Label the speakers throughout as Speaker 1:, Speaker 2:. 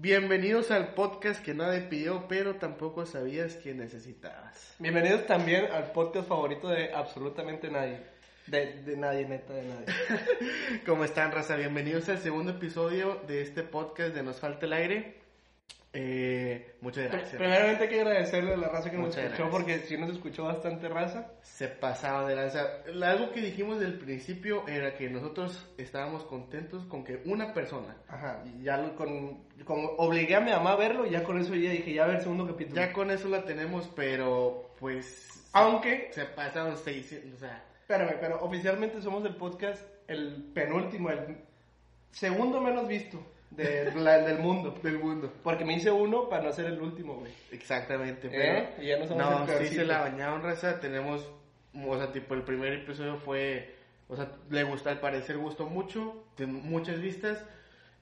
Speaker 1: Bienvenidos al podcast que nadie pidió, pero tampoco sabías que necesitabas.
Speaker 2: Bienvenidos también al podcast favorito de absolutamente nadie. De, de nadie, neta, de nadie.
Speaker 1: ¿Cómo están, raza? Bienvenidos al segundo episodio de este podcast de Nos Falta el Aire. Eh, muchas gracias.
Speaker 2: Primeramente hay que agradecerle a la raza que nos
Speaker 1: Muchas
Speaker 2: escuchó,
Speaker 1: gracias.
Speaker 2: porque sí nos escuchó bastante raza.
Speaker 1: Se pasaron de lanza. Algo que dijimos del principio era que nosotros estábamos contentos con que una persona,
Speaker 2: Ajá. Y ya lo- con, con- obligué a mi mamá a verlo y ya con eso ya dije, ya a ver el segundo capítulo.
Speaker 1: ya con eso la tenemos, pero pues
Speaker 2: Ah. Aunque,
Speaker 1: se pasaron seis, o sea,
Speaker 2: espérame, pero oficialmente somos el podcast el penúltimo, el segundo menos visto de, la- del mundo.
Speaker 1: del mundo.
Speaker 2: Porque me hice uno para no ser el último, güey.
Speaker 1: Exactamente,
Speaker 2: ¿Eh?
Speaker 1: pero
Speaker 2: Y ya nos vamos
Speaker 1: no,
Speaker 2: al
Speaker 1: sí
Speaker 2: peorcito.
Speaker 1: se la bañaron raza, tenemos, o sea, tipo el primer episodio fue, o sea, le gustó, al parecer gustó mucho, de muchas vistas,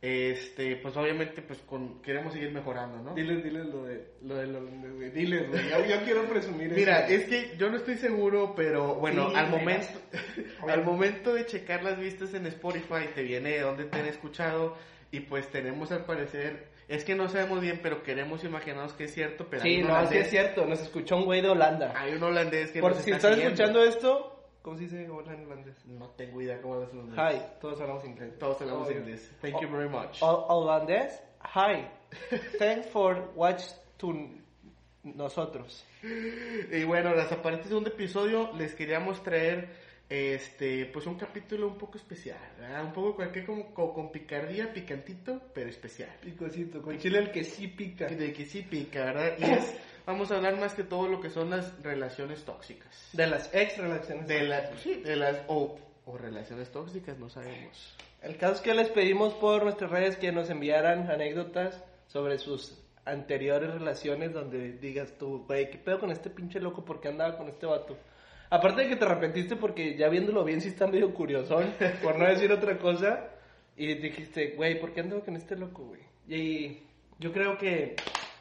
Speaker 1: este, pues obviamente, pues con, queremos seguir mejorando, ¿no?
Speaker 2: Diles, diles lo de lo del holandés, güey. Diles, güey. Yo, yo quiero presumir
Speaker 1: Mira,
Speaker 2: eso.
Speaker 1: es que yo no estoy seguro, pero bueno,
Speaker 2: Sí,
Speaker 1: al
Speaker 2: mira.
Speaker 1: momento, al momento de checar las vistas en Spotify, te viene de dónde te han escuchado, y pues tenemos al parecer, es que no sabemos bien, pero queremos imaginarnos que es cierto, pero hay
Speaker 2: Sí,
Speaker 1: un
Speaker 2: no, sí
Speaker 1: holandés-
Speaker 2: es cierto. Nos escuchó un güey de Holanda.
Speaker 1: Hay un holandés que
Speaker 2: Por
Speaker 1: nos
Speaker 2: si
Speaker 1: está
Speaker 2: están
Speaker 1: siguiendo.
Speaker 2: escuchando esto, ¿cómo se dice hola en holandés?
Speaker 1: No tengo idea cómo hablas holandés.
Speaker 2: Hi, Oh, todos hablamos inglés.
Speaker 1: Todos hablamos
Speaker 2: Obvio.
Speaker 1: inglés. Oh, Thank you very much.
Speaker 2: Ho- Holandés, hi. Thanks for watch to nosotros.
Speaker 1: Y bueno, las aparentes segundo episodio les queríamos traer este pues un capítulo un poco especial, ¿verdad? Un poco cualquier como co- con picardía, picantito, pero especial.
Speaker 2: Picocito, con chile el que sí pica.
Speaker 1: De que sí pica, ¿verdad? Y es vamos a hablar más que todo lo que son las relaciones tóxicas.
Speaker 2: De las ex relaciones.
Speaker 1: De las sí, de las o o relaciones tóxicas, no sabemos.
Speaker 2: El caso es que les pedimos por nuestras redes que nos enviaran anécdotas sobre sus anteriores relaciones donde digas tú, güey, ¿qué pedo con este pinche loco? ¿Por qué andaba con este vato? Aparte de que te arrepentiste porque ya viéndolo bien sí está medio curiosón, por no decir otra cosa, y dijiste, güey, ¿por qué andaba con este loco, güey? Y yo creo que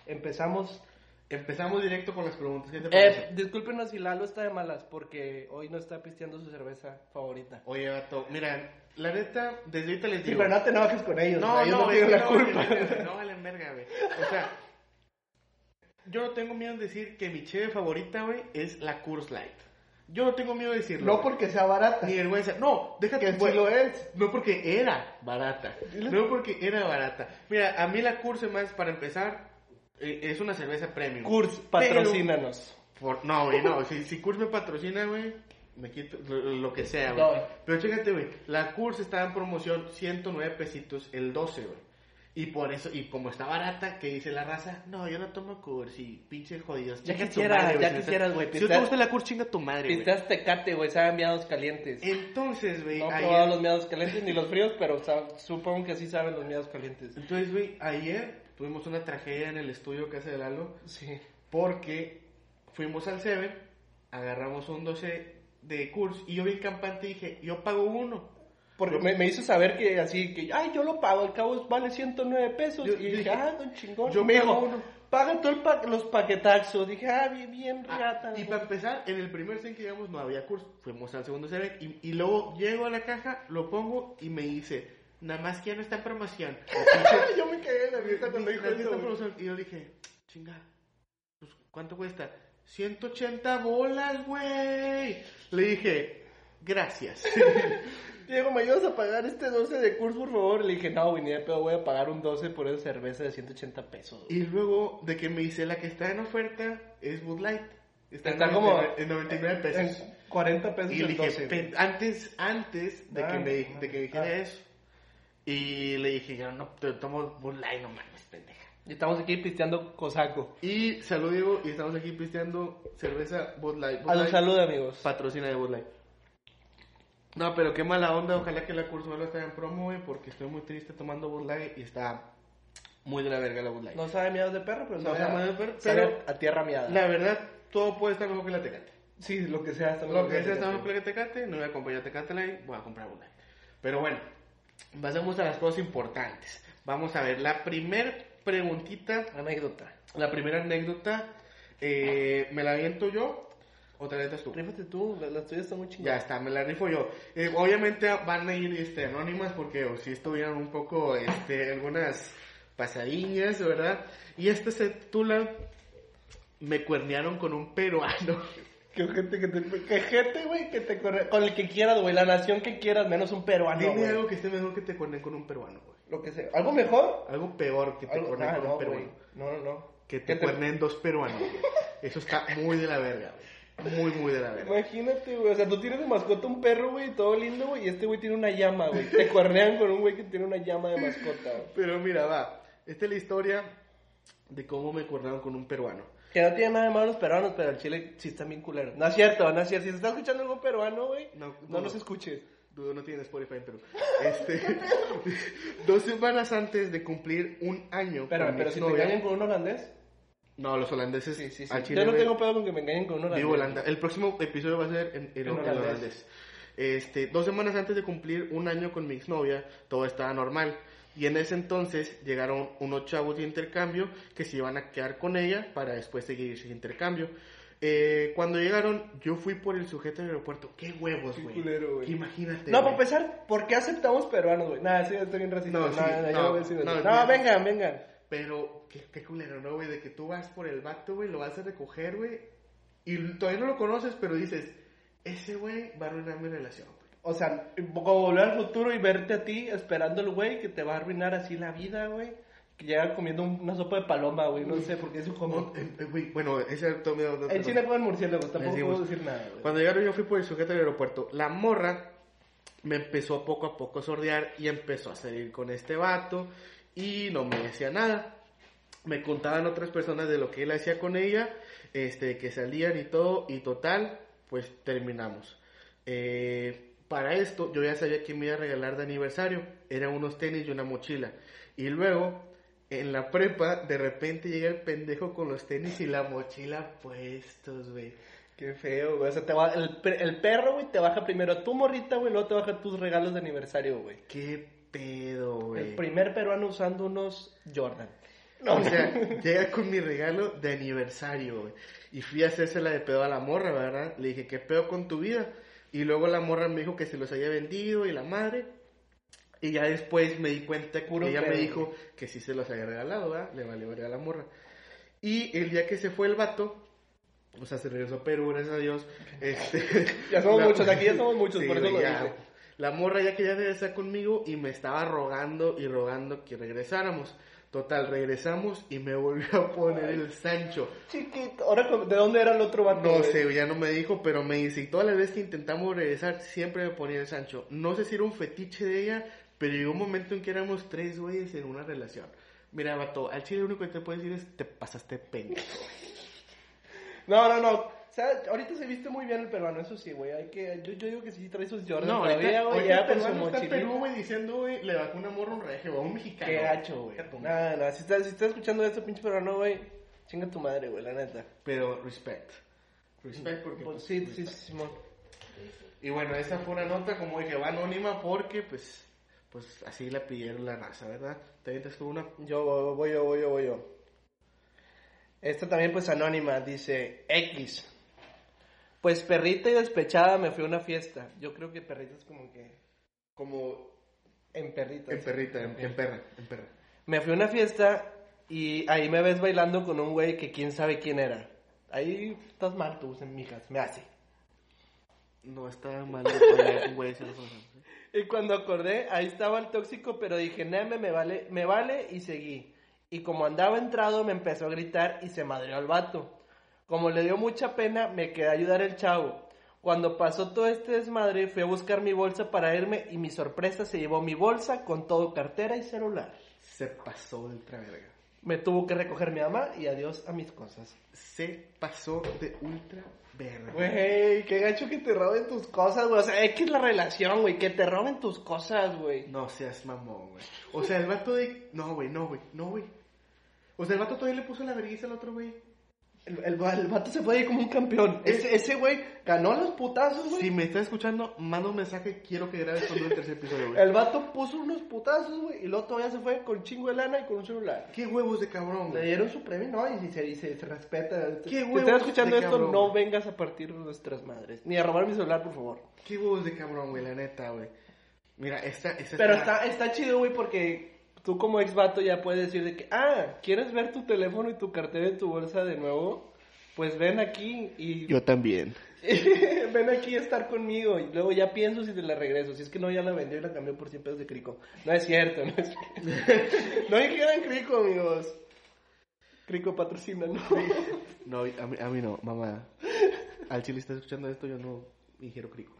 Speaker 2: empezamos...
Speaker 1: Empezamos directo con las preguntas. ¿Qué te parece?
Speaker 2: Eh, discúlpenos si Lalo está de malas porque hoy no está pisteando su cerveza favorita.
Speaker 1: Oye, vato, mira, la neta, desde ahorita les
Speaker 2: Sí,
Speaker 1: digo.
Speaker 2: pero no te enojes con ellos,
Speaker 1: No,
Speaker 2: ellos
Speaker 1: no,
Speaker 2: no
Speaker 1: es
Speaker 2: tienen
Speaker 1: que
Speaker 2: la
Speaker 1: no,
Speaker 2: culpa.
Speaker 1: güey, No valen verga, güey. O sea, yo no tengo miedo en decir que mi cheve favorita, güey, es la Curse Light. Yo no tengo miedo de decirlo.
Speaker 2: No
Speaker 1: güey.
Speaker 2: porque sea barata.
Speaker 1: Ni vergüenza. No, déjate.
Speaker 2: Que sí lo es.
Speaker 1: No porque era barata. No porque era barata. Mira, a mí la Curse más, para empezar, eh, es una cerveza premium.
Speaker 2: Kurz, patrocínanos.
Speaker 1: Por- no, güey, no. Si, si Curse me patrocina, güey, me quito lo, lo que sea, güey.
Speaker 2: No, güey.
Speaker 1: Pero chécate, güey. La Curse está en promoción 109 pesitos el 12, güey. Y por eso, y como está barata, que dice la raza, no, yo no tomo Curse y pinche jodidos.
Speaker 2: Ya
Speaker 1: Chinga tu
Speaker 2: quisiera,
Speaker 1: madre, güey,
Speaker 2: ya
Speaker 1: si no te-
Speaker 2: quisieras, güey,
Speaker 1: Si no te
Speaker 2: pistar-
Speaker 1: gusta la Curse, chinga tu madre, güey.
Speaker 2: Pistas tecate, güey, saben miados calientes.
Speaker 1: Entonces, güey,
Speaker 2: No he
Speaker 1: ayer-
Speaker 2: probado los miados calientes ni los fríos, pero sab- supongo que sí saben los miados calientes.
Speaker 1: Entonces, güey, ayer tuvimos una tragedia en el estudio que hace de Lalo
Speaker 2: Sí.
Speaker 1: porque fuimos al Seven, agarramos un 12 de Curse y yo vi campante y dije, yo pago uno.
Speaker 2: Porque me, me hizo saber que así, que, ay, yo lo pago, al cabo vale 109 pesos.
Speaker 1: Yo-
Speaker 2: y
Speaker 1: yo
Speaker 2: dije,
Speaker 1: dije,
Speaker 2: ah, don chingón.
Speaker 1: yo
Speaker 2: Y me
Speaker 1: pago
Speaker 2: dijo,
Speaker 1: uno.
Speaker 2: paga todos los paquetaxos. Dije, ah, bien, bien
Speaker 1: Ah,
Speaker 2: rata.
Speaker 1: y
Speaker 2: güey.
Speaker 1: para empezar, en el primer Zen que llegamos no había Curse, fuimos al segundo Seven y, y luego llego a la caja, lo pongo y me dice, nada más que ya no está en promoción.
Speaker 2: yo me cagué en la fiesta cuando dijo
Speaker 1: Dije, "Está
Speaker 2: eso,
Speaker 1: en
Speaker 2: güey.
Speaker 1: promoción". Y yo dije, chinga, pues, ¿cuánto cuesta? 180 bolas, güey. Le dije, gracias.
Speaker 2: Diego, ¿me ayudas a pagar este 12 de curso, por favor? Le dije, no, güey, ni de pedo, voy a pagar un 12 por esa cerveza de 180 pesos. güey".
Speaker 1: Y luego de que me dice, la que está en oferta es Bud Light. Está,
Speaker 2: Está
Speaker 1: en,
Speaker 2: como
Speaker 1: 99, en 99 pesos.
Speaker 2: En 40 pesos
Speaker 1: y le
Speaker 2: el
Speaker 1: dije,
Speaker 2: 12.
Speaker 1: "Pen- antes, antes de,
Speaker 2: Ah,
Speaker 1: que me,
Speaker 2: ah,
Speaker 1: de que dijera
Speaker 2: ah.
Speaker 1: eso. Y le dije, yo no, te tomo Bud Light, no mames, pendeja.
Speaker 2: Y estamos aquí pisteando cosaco.
Speaker 1: Y salud, Diego, y estamos aquí pisteando cerveza Bud Light. Bud
Speaker 2: A los
Speaker 1: Light.
Speaker 2: salud, amigos.
Speaker 1: patrocina de Bud Light. No, pero qué mala onda. Ojalá que la Cursuelo esté en promo, güey, porque estoy muy triste tomando Bud Light y está muy de la verga la Bud Light.
Speaker 2: No sabe miados de perro, pero
Speaker 1: No
Speaker 2: sabe,
Speaker 1: sabe
Speaker 2: a,
Speaker 1: miados de perro,
Speaker 2: sabe
Speaker 1: pero-
Speaker 2: a tierra miada.
Speaker 1: La verdad, todo puede estar mejor que la Tecate.
Speaker 2: Sí, lo que sea. está
Speaker 1: Lo
Speaker 2: mejor
Speaker 1: que sea
Speaker 2: la
Speaker 1: está
Speaker 2: Tecate.
Speaker 1: mejor que la Tecate, no voy a comprar la Tecate Light, voy a comprar una. Pero bueno, pasemos a las cosas importantes. Vamos a ver, la primer preguntita,
Speaker 2: Anécdota.
Speaker 1: la primera anécdota, eh, me la aviento yo o te la avientas tú.
Speaker 2: Rífate tú, la- las tuyas están muy chingadas.
Speaker 1: Ya está, me la rifo yo. Eh, obviamente van a ir este, anónimas porque si estuvieron un poco este, algunas pasadiñas, ¿verdad? Y este esta se titula Me cuernearon con un peruano.
Speaker 2: Que gente que te... Que gente, güey, que te corre... Con el que quieras, güey. La nación que quieras, menos un peruano,
Speaker 1: Dime
Speaker 2: güey.
Speaker 1: algo que esté mejor que te cuernen con un peruano, güey.
Speaker 2: Lo que sea. ¿Algo mejor?
Speaker 1: Algo peor que te
Speaker 2: Algo-
Speaker 1: cuernen
Speaker 2: ah,
Speaker 1: con
Speaker 2: no,
Speaker 1: un peruano.
Speaker 2: güey. No, no, no.
Speaker 1: Que te cuernen dos peruanos, güey. Eso está muy de la verga, güey. Muy, muy de la verga.
Speaker 2: Imagínate, güey. O sea, tú tienes de mascota un perro, güey, todo lindo, güey. Y este güey tiene una llama, güey. Te cuernean con un güey que tiene una llama de mascota, güey.
Speaker 1: Pero mira, va. Esta es la historia de cómo me cuernaron con un peruano.
Speaker 2: Que no tiene nada de malo los peruanos, pero el chile sí están bien culeros. No es cierto, no es cierto. Si se está escuchando algún peruano, güey,
Speaker 1: No,
Speaker 2: no,
Speaker 1: no.
Speaker 2: nos escuches.
Speaker 1: Dudo, no tiene Spotify en Perú. Este, dos semanas antes de cumplir un año.
Speaker 2: Pero,
Speaker 1: con mi
Speaker 2: pero si te
Speaker 1: exnovia-
Speaker 2: engañan con un holandés.
Speaker 1: No, los holandeses.
Speaker 2: Sí, sí, sí.
Speaker 1: al chile
Speaker 2: Yo no
Speaker 1: me-
Speaker 2: tengo pedo con que me engañen con un holandés.
Speaker 1: Vivo Holanda. El próximo episodio va a ser en, en-
Speaker 2: En
Speaker 1: en
Speaker 2: holandés.
Speaker 1: holandés. Este, dos semanas antes de cumplir un año con mi exnovia, todo estaba normal. Y en ese entonces llegaron unos chavos de intercambio que se iban a quedar con ella para después seguir ese intercambio. Eh, cuando llegaron, yo fui por el sujeto del aeropuerto. ¡Qué huevos,
Speaker 2: Qué
Speaker 1: güey!
Speaker 2: culero, güey.
Speaker 1: Imagínate.
Speaker 2: No, pues, para
Speaker 1: güey.
Speaker 2: empezar, ¿por qué aceptamos peruanos, güey? Nada, sí, estoy bien racista.
Speaker 1: No,
Speaker 2: No,
Speaker 1: sí,
Speaker 2: no, yo
Speaker 1: no,
Speaker 2: voy a decir eso.
Speaker 1: no,
Speaker 2: No,
Speaker 1: sí.
Speaker 2: vengan, vengan.
Speaker 1: Pero, qué, qué culero, ¿no, güey? De que tú vas por el vato, güey, lo vas a recoger, güey. Y todavía no lo conoces, pero dices, ese güey va a arruinar mi relación, güey.
Speaker 2: O sea, como volver al futuro y verte a ti esperando el güey que te va a arruinar así la vida, güey. Que llega comiendo un- una sopa de paloma, güey. No sé por qué es un común.
Speaker 1: No, eh, eh, güey, bueno, ese era todo mi-
Speaker 2: En Chile comen murciélagos,
Speaker 1: Les
Speaker 2: tampoco
Speaker 1: digo,
Speaker 2: puedo decir nada, güey.
Speaker 1: Cuando llegaron yo fui por el sujeto del aeropuerto. La morra me empezó poco a poco a sordear y empezó a salir con este vato y no me decía nada. Me contaban otras personas de lo que él hacía con ella, este, que salían y todo, y total, pues terminamos. Eh, para esto yo ya sabía que me iba a regalar de aniversario, eran unos tenis y una mochila. Y luego, en la prepa, de repente llega el pendejo con los tenis y la mochila puestos, güey.
Speaker 2: Qué feo, güey. O sea, te va, el, per- el perro, güey, te baja primero a tu morrita, güey, luego te baja tus regalos de aniversario, güey.
Speaker 1: ¿Qué pedo,
Speaker 2: El
Speaker 1: güey?
Speaker 2: primer peruano usando unos Jordan.
Speaker 1: O sea, llega con mi regalo de aniversario, güey. Y fui a hacérsela de pedo a la morra, ¿verdad? Le dije, ¿qué pedo con tu vida? Y luego la morra me dijo que se los había vendido y la madre. Y ya después me di cuenta que
Speaker 2: Puro
Speaker 1: ella
Speaker 2: pedo,
Speaker 1: me dijo que sí se los había regalado, ¿verdad? Le valió verga a la morra. Y el día que se fue el vato, o sea, se regresó a Perú, gracias a Dios. Este,
Speaker 2: Ya somos muchos, aquí ya somos muchos, por eso
Speaker 1: güey,
Speaker 2: lo
Speaker 1: ya.
Speaker 2: dije.
Speaker 1: La morra ya quería regresar conmigo y me estaba rogando y rogando que regresáramos. Total, regresamos y me volvió a poner el Sancho.
Speaker 2: Chiquito. Ahora, ¿cómo- ¿de dónde era el otro vato?
Speaker 1: No
Speaker 2: güey?
Speaker 1: sé, ya no me dijo, pero me dice, y todas las veces que intentamos regresar, siempre me ponía el Sancho. No sé si era un fetiche de ella, pero llegó un momento en que éramos tres güeyes en una relación. Mira, vato, al chile lo único que te puedo decir es, te pasaste pendejo.
Speaker 2: No, no, no. O sea, ahorita se viste muy bien el peruano, eso sí, güey. Hay que, yo, yo digo que sí trae sus Jordan
Speaker 1: No,
Speaker 2: todavía,
Speaker 1: ahorita,
Speaker 2: güey.
Speaker 1: ahorita
Speaker 2: Ya
Speaker 1: el
Speaker 2: con su
Speaker 1: peruano está en
Speaker 2: mochilita.
Speaker 1: Perú, güey, diciendo, güey, le vacuna una morra a un regio, a un mexicano.
Speaker 2: Qué gacho, güey. No, no, si estás, si estás escuchando esto, pinche peruano, güey, chinga tu madre, güey, la neta.
Speaker 1: Pero respect. Respect porque...
Speaker 2: Pues
Speaker 1: pues,
Speaker 2: sí, sí,
Speaker 1: respect.
Speaker 2: sí, Simón.
Speaker 1: Y bueno, esa fue una nota, como dije, va anónima porque, pues, pues así la pidieron la raza, ¿verdad? ¿Te avientas tú una?
Speaker 2: Yo voy, yo voy, yo voy, yo. Esta también pues anónima, dice X. Pues perrita y despechada me fui a una fiesta. Yo creo que perrita es como que
Speaker 1: Como
Speaker 2: en perrita.
Speaker 1: en
Speaker 2: sí.
Speaker 1: perrita, en, en perra, en perra.
Speaker 2: Me fui a una fiesta y ahí me ves bailando con un güey que quién sabe quién era. Ahí estás mal tú, en mijas, me hace.
Speaker 1: No, está mal. güey, güey, se lo juro.
Speaker 2: Y cuando acordé, ahí estaba el tóxico, pero dije, neme, me vale, me vale y seguí. Y como andaba entrado, me empezó a gritar y se madreó al vato. Como le dio mucha pena, me quedé a ayudar el chavo. Cuando pasó todo este desmadre, fui a buscar mi bolsa para irme y mi sorpresa se llevó mi bolsa con todo cartera y celular.
Speaker 1: Se pasó del traverga.
Speaker 2: me tuvo que recoger mi mamá y adiós a mis cosas.
Speaker 1: Se pasó de ultra verga.
Speaker 2: Güey, qué gacho que te roben tus cosas, güey. O sea, es que es la relación, güey, que te roben tus cosas, güey.
Speaker 1: No seas mamón, güey. O sea, el vato de. No, güey, no, güey, no, güey. O sea, el vato todavía le puso la vergüenza al otro, güey.
Speaker 2: El, el, va- el vato se fue ahí como un campeón. Ese, ese güey ganó los putazos, güey.
Speaker 1: Si me estás escuchando, manda un mensaje. Quiero que grabes cuando el tercer episodio, güey.
Speaker 2: El vato puso unos putazos, güey, y luego todavía se fue con chingo de lana y con un celular.
Speaker 1: Qué huevos de cabrón,
Speaker 2: Le
Speaker 1: güey.
Speaker 2: dieron su premio, ¿no? Y si se dice, se respeta.
Speaker 1: ¿Qué
Speaker 2: Si
Speaker 1: huevos
Speaker 2: estás escuchando
Speaker 1: de
Speaker 2: esto,
Speaker 1: cabrón?
Speaker 2: no vengas a partir de nuestras madres. Ni a robar mi celular, por favor.
Speaker 1: Qué huevos de cabrón, güey, la neta, güey. Mira, esta, esta
Speaker 2: Pero está, está chido, güey, porque tú como ex vato ya puedes decir de que, ah, ¿quieres ver tu teléfono y tu cartera y tu bolsa de nuevo? Pues ven aquí y...
Speaker 1: Yo también.
Speaker 2: ven aquí a estar conmigo y luego ya pienso si te la regreso. Si es que no, ya la vendió y la cambió por 100 pesos de crico. No es cierto, no es No hay que en crico, amigos. Crico patrocina, ¿no?
Speaker 1: No, a mí, a mí no, mamá. Al chile estás escuchando esto, yo no ingiero crico.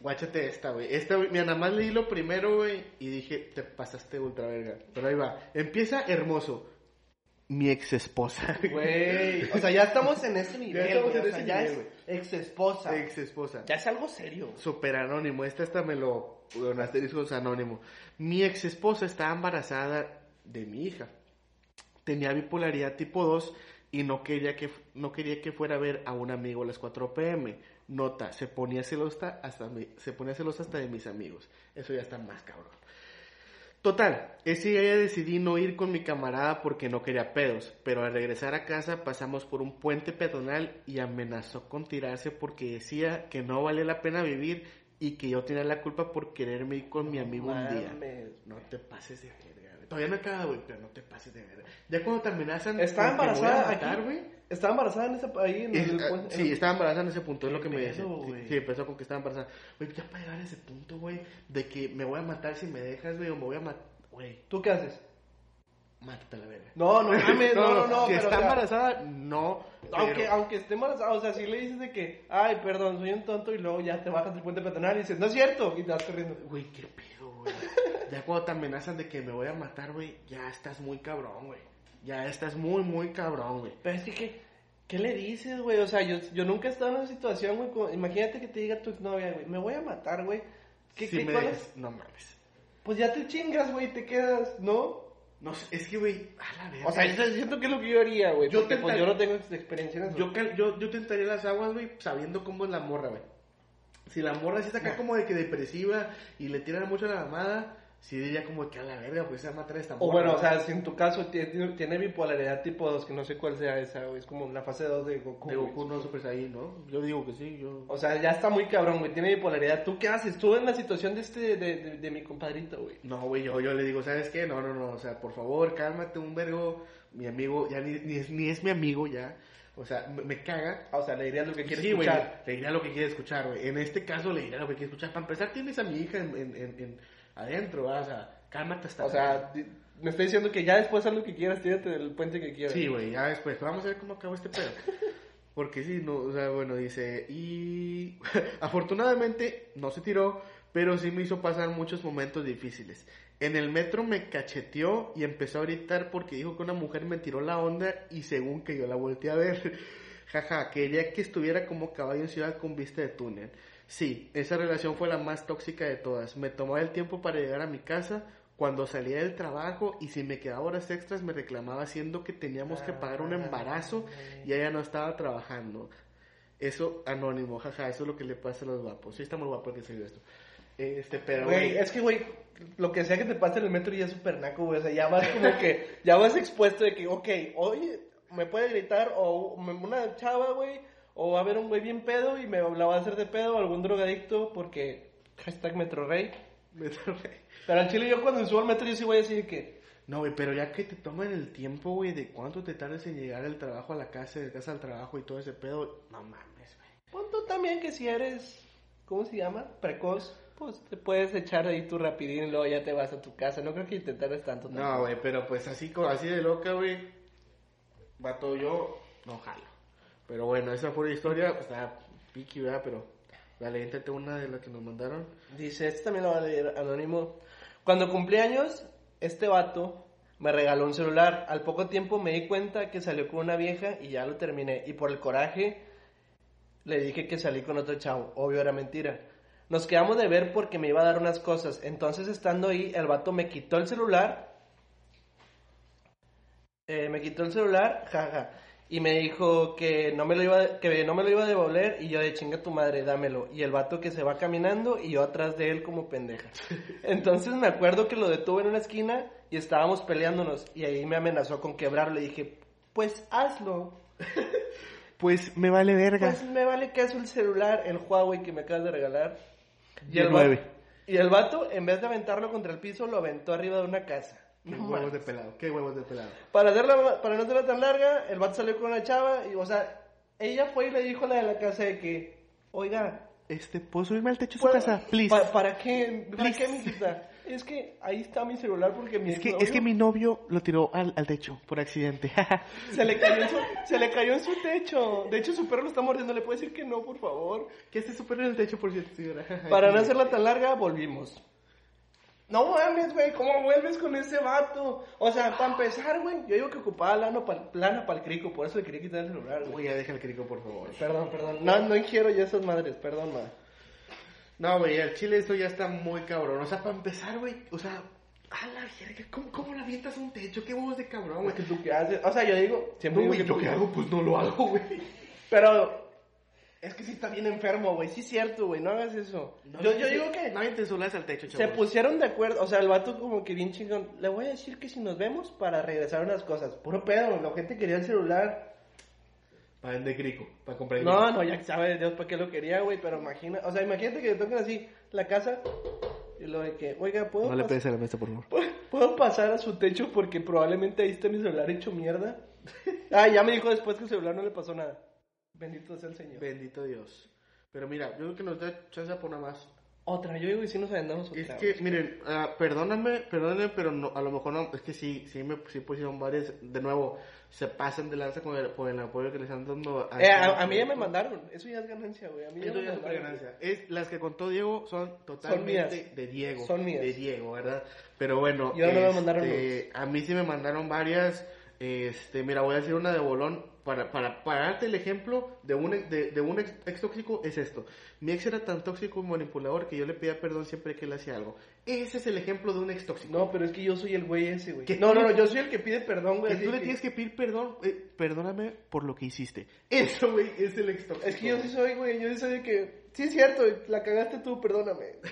Speaker 1: Guáchate esta, güey. Esta, güey, mira, nada más leí lo primero, güey, y dije, te pasaste ultra verga. Pero ahí va. Empieza hermoso. Mi ex esposa.
Speaker 2: Güey, o sea, ya estamos en ese nivel,
Speaker 1: estamos
Speaker 2: güey,
Speaker 1: en
Speaker 2: o
Speaker 1: ese
Speaker 2: sea, ya
Speaker 1: nivel,
Speaker 2: es ex esposa.
Speaker 1: Ex esposa.
Speaker 2: Ya es algo serio. güey.
Speaker 1: Super anónimo. Esta hasta me lo. Un asterisco es anónimo. Mi ex esposa estaba embarazada de mi hija. Tenía bipolaridad tipo 2 y no quería que, no quería que fuera a ver a un amigo a las 4 pm. Nota, se ponía celosa hasta, mi- se ponía celosa hasta de mis amigos. Eso ya está más cabrón. Total, ese día ya decidí no ir con mi camarada porque no quería pedos, pero al regresar a casa pasamos por un puente peatonal y amenazó con tirarse porque decía que no valía la pena vivir y que yo tenía la culpa por quererme ir con mi amigo un día.
Speaker 2: Mames.
Speaker 1: No te pases de verga. güey. Todavía no acaba, güey, pero no te pases de verga. Ya cuando te amenazan,
Speaker 2: Estaba
Speaker 1: con que me voy a
Speaker 2: embarazada
Speaker 1: matar,
Speaker 2: aquí.
Speaker 1: güey.
Speaker 2: Estaba embarazada en esa ahí en
Speaker 1: Eh,
Speaker 2: el-
Speaker 1: ah, sí, estaba embarazada en ese punto, es lo que me
Speaker 2: pedo,
Speaker 1: dice.
Speaker 2: güey.
Speaker 1: Sí, sí, empezó con que estaba embarazada. Güey, ya para llegar a ese punto, güey, de que me voy a matar si me dejas, güey, o me voy a matar. Güey,
Speaker 2: ¿Tú qué haces?
Speaker 1: mátate la verga.
Speaker 2: No, no mames, no, no, no,
Speaker 1: Si
Speaker 2: pero,
Speaker 1: está
Speaker 2: o sea,
Speaker 1: embarazada, no.
Speaker 2: Aunque,
Speaker 1: pero-
Speaker 2: aunque esté embarazada, o sea, si le dices de que, ay, perdón, soy un tonto, y luego ya te bajas del puente peatonal y dices, no es cierto, y te vas corriendo.
Speaker 1: Güey, qué pedo, güey. ya cuando te amenazan de que me voy a matar, güey, ya estás muy cabrón, güey. Ya estás muy, muy cabrón, güey.
Speaker 2: Pero es que, ¿qué, qué le dices, güey? O sea, yo, yo nunca he estado en una situación, güey, como- imagínate que te diga tu exnovia, güey, me voy a matar, güey. ¿Qué,
Speaker 1: Si
Speaker 2: qué-
Speaker 1: me
Speaker 2: cuál
Speaker 1: dejas-
Speaker 2: es?
Speaker 1: No mames.
Speaker 2: Pues ya te chingas, güey, y te quedas, ¿no?
Speaker 1: No, sé, es que, güey, a la verga.
Speaker 2: O sea, yo siento que es lo que yo haría, güey,
Speaker 1: Yo
Speaker 2: porque pues,
Speaker 1: tentar-
Speaker 2: yo no tengo ex- experiencia en eso.
Speaker 1: Yo, cal- yo, yo tentaría las aguas, güey, sabiendo cómo es la morra, güey. Si la morra sí está acá como de que depresiva y le tiran mucho la mamada, sí diría como que a la verga, pues se va a matar a esta morra.
Speaker 2: O bueno, o
Speaker 1: güey.
Speaker 2: sea, si en tu caso tiene, tiene bipolaridad tipo 2, que no sé cuál sea esa, güey, es como la fase 2 de Goku.
Speaker 1: de
Speaker 2: güey.
Speaker 1: Goku no Super Saiyan, ¿no? Yo digo que sí, yo...
Speaker 2: O sea, ya está muy cabrón, güey. Tiene bipolaridad. ¿Tú qué haces? Tú en la situación de este, de, de- de mi compadrito, güey.
Speaker 1: No, güey, yo, yo le digo, ¿sabes qué? No, no, no, o sea, por favor, cálmate un vergo, mi amigo, ya ni, ni es, ni es mi amigo ya, o sea, me, me caga.
Speaker 2: O sea, le dirías lo que quieres
Speaker 1: Sí, güey,
Speaker 2: escuchar.
Speaker 1: le dirá lo que quiere escuchar, güey, en este caso le dirá lo que quiere escuchar. Para empezar, tienes a mi hija en, en, en, en- adentro, ¿verdad? o sea, cálmate hasta...
Speaker 2: O sea, di- me está diciendo que ya después haz lo que quieras, tírate del puente que quieras.
Speaker 1: Sí, güey, ya después. Vamos a ver cómo acabó este pedo. Porque sí, no, o sea, bueno, dice, y afortunadamente no se tiró, pero sí me hizo pasar muchos momentos difíciles. En el metro me cacheteó y empezó a gritar porque dijo que una mujer me tiró la onda y según que yo la volteé a ver. Jaja, quería que estuviera como caballo en ciudad con vista de túnel. Sí, esa relación fue la más tóxica de todas. Me tomaba el tiempo para llegar a mi casa, cuando salía del trabajo y si me quedaba horas extras me reclamaba haciendo que teníamos que pagar
Speaker 2: Ah,
Speaker 1: un embarazo y ella no estaba trabajando. Eso anónimo, jaja, eso es lo que le pasa a los guapos. Sí, está muy guapo el que se vio esto. Este, pero
Speaker 2: Güey,
Speaker 1: güey,
Speaker 2: es que, güey, lo que sea que te pase en el metro ya es súper naco, güey. O sea, ya vas como que, ya vas expuesto de que, ok, hoy me puede gritar o me- una chava, güey, o va a haber un güey bien pedo y me la va a hacer de pedo o algún drogadicto porque hashtag metrorrey.
Speaker 1: me tardé.
Speaker 2: Pero al chile yo cuando me subo al metro yo sí voy a decir que...
Speaker 1: No, güey, pero ya que te toman el tiempo, güey, de cuánto te tardas en llegar al trabajo, a la casa, de casa al trabajo y todo ese pedo, no mames, güey.
Speaker 2: Pon tú también que si eres, ¿cómo se llama? Precoz, pues te puedes echar ahí tu rapidín y luego ya te vas a tu casa. No creo que intentaras tanto.
Speaker 1: No, güey, pero pues así, co- así de loca, güey. Vato yo, no jalo. Pero bueno, esa fue la historia. Está piqui, ¿verdad? Pero dale, éntate una de las que nos mandaron.
Speaker 2: Dice, este también lo va a leer anónimo. Cuando cumplí años, este vato me regaló un celular. Al poco tiempo me di cuenta que salió con una vieja y ya lo terminé. Y por el coraje le dije que salí con otro chavo. Obvio era mentira. Nos quedamos de ver porque me iba a dar unas cosas. Entonces estando ahí, el vato me quitó el celular. Eh, me quitó el celular, jaja. Y me dijo que no me lo iba a- que no me lo iba a devolver y yo de chinga tu madre, dámelo. Y el vato que se va caminando y yo atrás de él como pendeja. Entonces me acuerdo que lo detuve en una esquina y estábamos peleándonos y ahí me amenazó con quebrarlo. Le dije, "Pues hazlo."
Speaker 3: Pues me vale verga.
Speaker 2: Pues me vale que es el celular, el Huawei que me acabas de regalar. va-
Speaker 3: 19.
Speaker 2: y el vato, en vez de aventarlo contra el piso, lo aventó arriba de una casa.
Speaker 1: Qué
Speaker 2: No
Speaker 1: huevos
Speaker 2: mames.
Speaker 1: de pelado, qué huevos de pelado.
Speaker 2: Para, hacerla- para no hacerla tan larga, el vato salió con una chava y, o sea, ella fue y le dijo a la de la casa de que, oiga,
Speaker 3: Este, ¿puedo subirme al techo de su
Speaker 1: Pues,
Speaker 2: ¿puedo-
Speaker 3: casa? Please.
Speaker 2: pa- ¿Para qué? ¿Para
Speaker 3: Please.
Speaker 2: qué, mijita? Es que ahí está mi celular porque mi
Speaker 3: es, que,
Speaker 2: novio
Speaker 3: es que mi novio lo tiró al, al techo por accidente.
Speaker 2: se, le cayó en su, se le cayó en su techo. De hecho, su perro lo está mordiendo. ¿Le puede decir que no, por favor?
Speaker 1: Que
Speaker 3: este
Speaker 1: este esté súper en el techo, por cierto, señora.
Speaker 2: Para no hacerla tan larga, volvimos. No mames, güey, ¿cómo vuelves con ese vato? O sea, para empezar, güey, yo digo que ocupaba lana para lana el crico, por eso le quería quitar el celular, güey.
Speaker 1: Uy, ya deja el crico, por favor.
Speaker 2: Perdón, perdón. No, no ingiero yo esas madres, perdón, ma.
Speaker 1: No, güey, al chile esto ya está muy cabrón. O sea, para empezar, güey, o sea, a la verga, ¿cómo, cómo la avientas a un techo? Qué huevos de cabrón, güey.
Speaker 2: Porque tú qué haces. O sea, yo digo, siempre
Speaker 1: No,
Speaker 2: digo
Speaker 1: güey,
Speaker 2: tú
Speaker 1: lo que
Speaker 2: qué
Speaker 1: hago, pues no lo hago, güey.
Speaker 2: Pero es que sí está bien enfermo, güey. Sí es cierto, güey, no hagas eso. yo, yo digo que
Speaker 1: No te subas al techo,
Speaker 2: se pusieron de acuerdo, o sea, el vato como que bien chingón. Le voy a decir que si nos vemos para regresar unas cosas. Puro pedo, la gente quería el celular.
Speaker 1: Para vender crico, para comprar crico.
Speaker 2: No, no, ya sabe Dios para qué lo quería, güey, pero imagina, o sea, imagínate que le toquen así la casa y lo de que, oiga, ¿puedo,
Speaker 3: No le
Speaker 2: pas-
Speaker 3: pegues a la mesa, por favor.
Speaker 2: ¿puedo pasar a su techo porque probablemente ahí está mi celular hecho mierda? ah, ya me dijo después que el celular no le pasó nada. Bendito sea el Señor.
Speaker 1: Bendito Dios. Pero mira, yo creo que nos da chance por nada más.
Speaker 2: otra, yo digo, y si nos aventamos otra.
Speaker 1: Es
Speaker 2: güey.
Speaker 1: que, miren, ah, perdóname, perdóname, pero no, a lo mejor no, es que sí, sí me sí pusieron varias, de nuevo, se pasan de lanza con el, con el apoyo que les están dando
Speaker 2: Eh, a, a mí ya me mandaron, eso ya es ganancia, güey. A mí
Speaker 1: Esto
Speaker 2: me
Speaker 1: ya es
Speaker 2: mandaron.
Speaker 1: superganancia. Es, las que contó Diego son totalmente
Speaker 2: mías.
Speaker 1: de Diego.
Speaker 2: Son mías.
Speaker 1: De Diego, ¿verdad? Pero bueno,
Speaker 2: Yo no me mandaron
Speaker 1: este, a mí sí me mandaron varias. Este, mira, voy a decir una de bolón. Para, para, para darte el ejemplo de un, ex- de, de un ex, ex tóxico es esto. Mi ex era tan tóxico y manipulador que yo le pedía perdón siempre que él hacía algo. Ese es el ejemplo de un ex tóxico.
Speaker 2: No, pero es que yo soy el güey ese, güey.
Speaker 1: Que
Speaker 2: No,
Speaker 1: tú
Speaker 2: no,
Speaker 1: le-
Speaker 2: no, yo soy el que pide perdón, güey.
Speaker 1: Que
Speaker 2: así
Speaker 1: tú le
Speaker 2: que-
Speaker 1: tienes que pedir perdón. eh,
Speaker 3: Perdóname por lo que hiciste.
Speaker 1: Eso, güey, es el ex tóxico.
Speaker 2: Es que yo sí soy, güey, yo sí soy de que, sí es cierto, la cagaste tú, perdóname.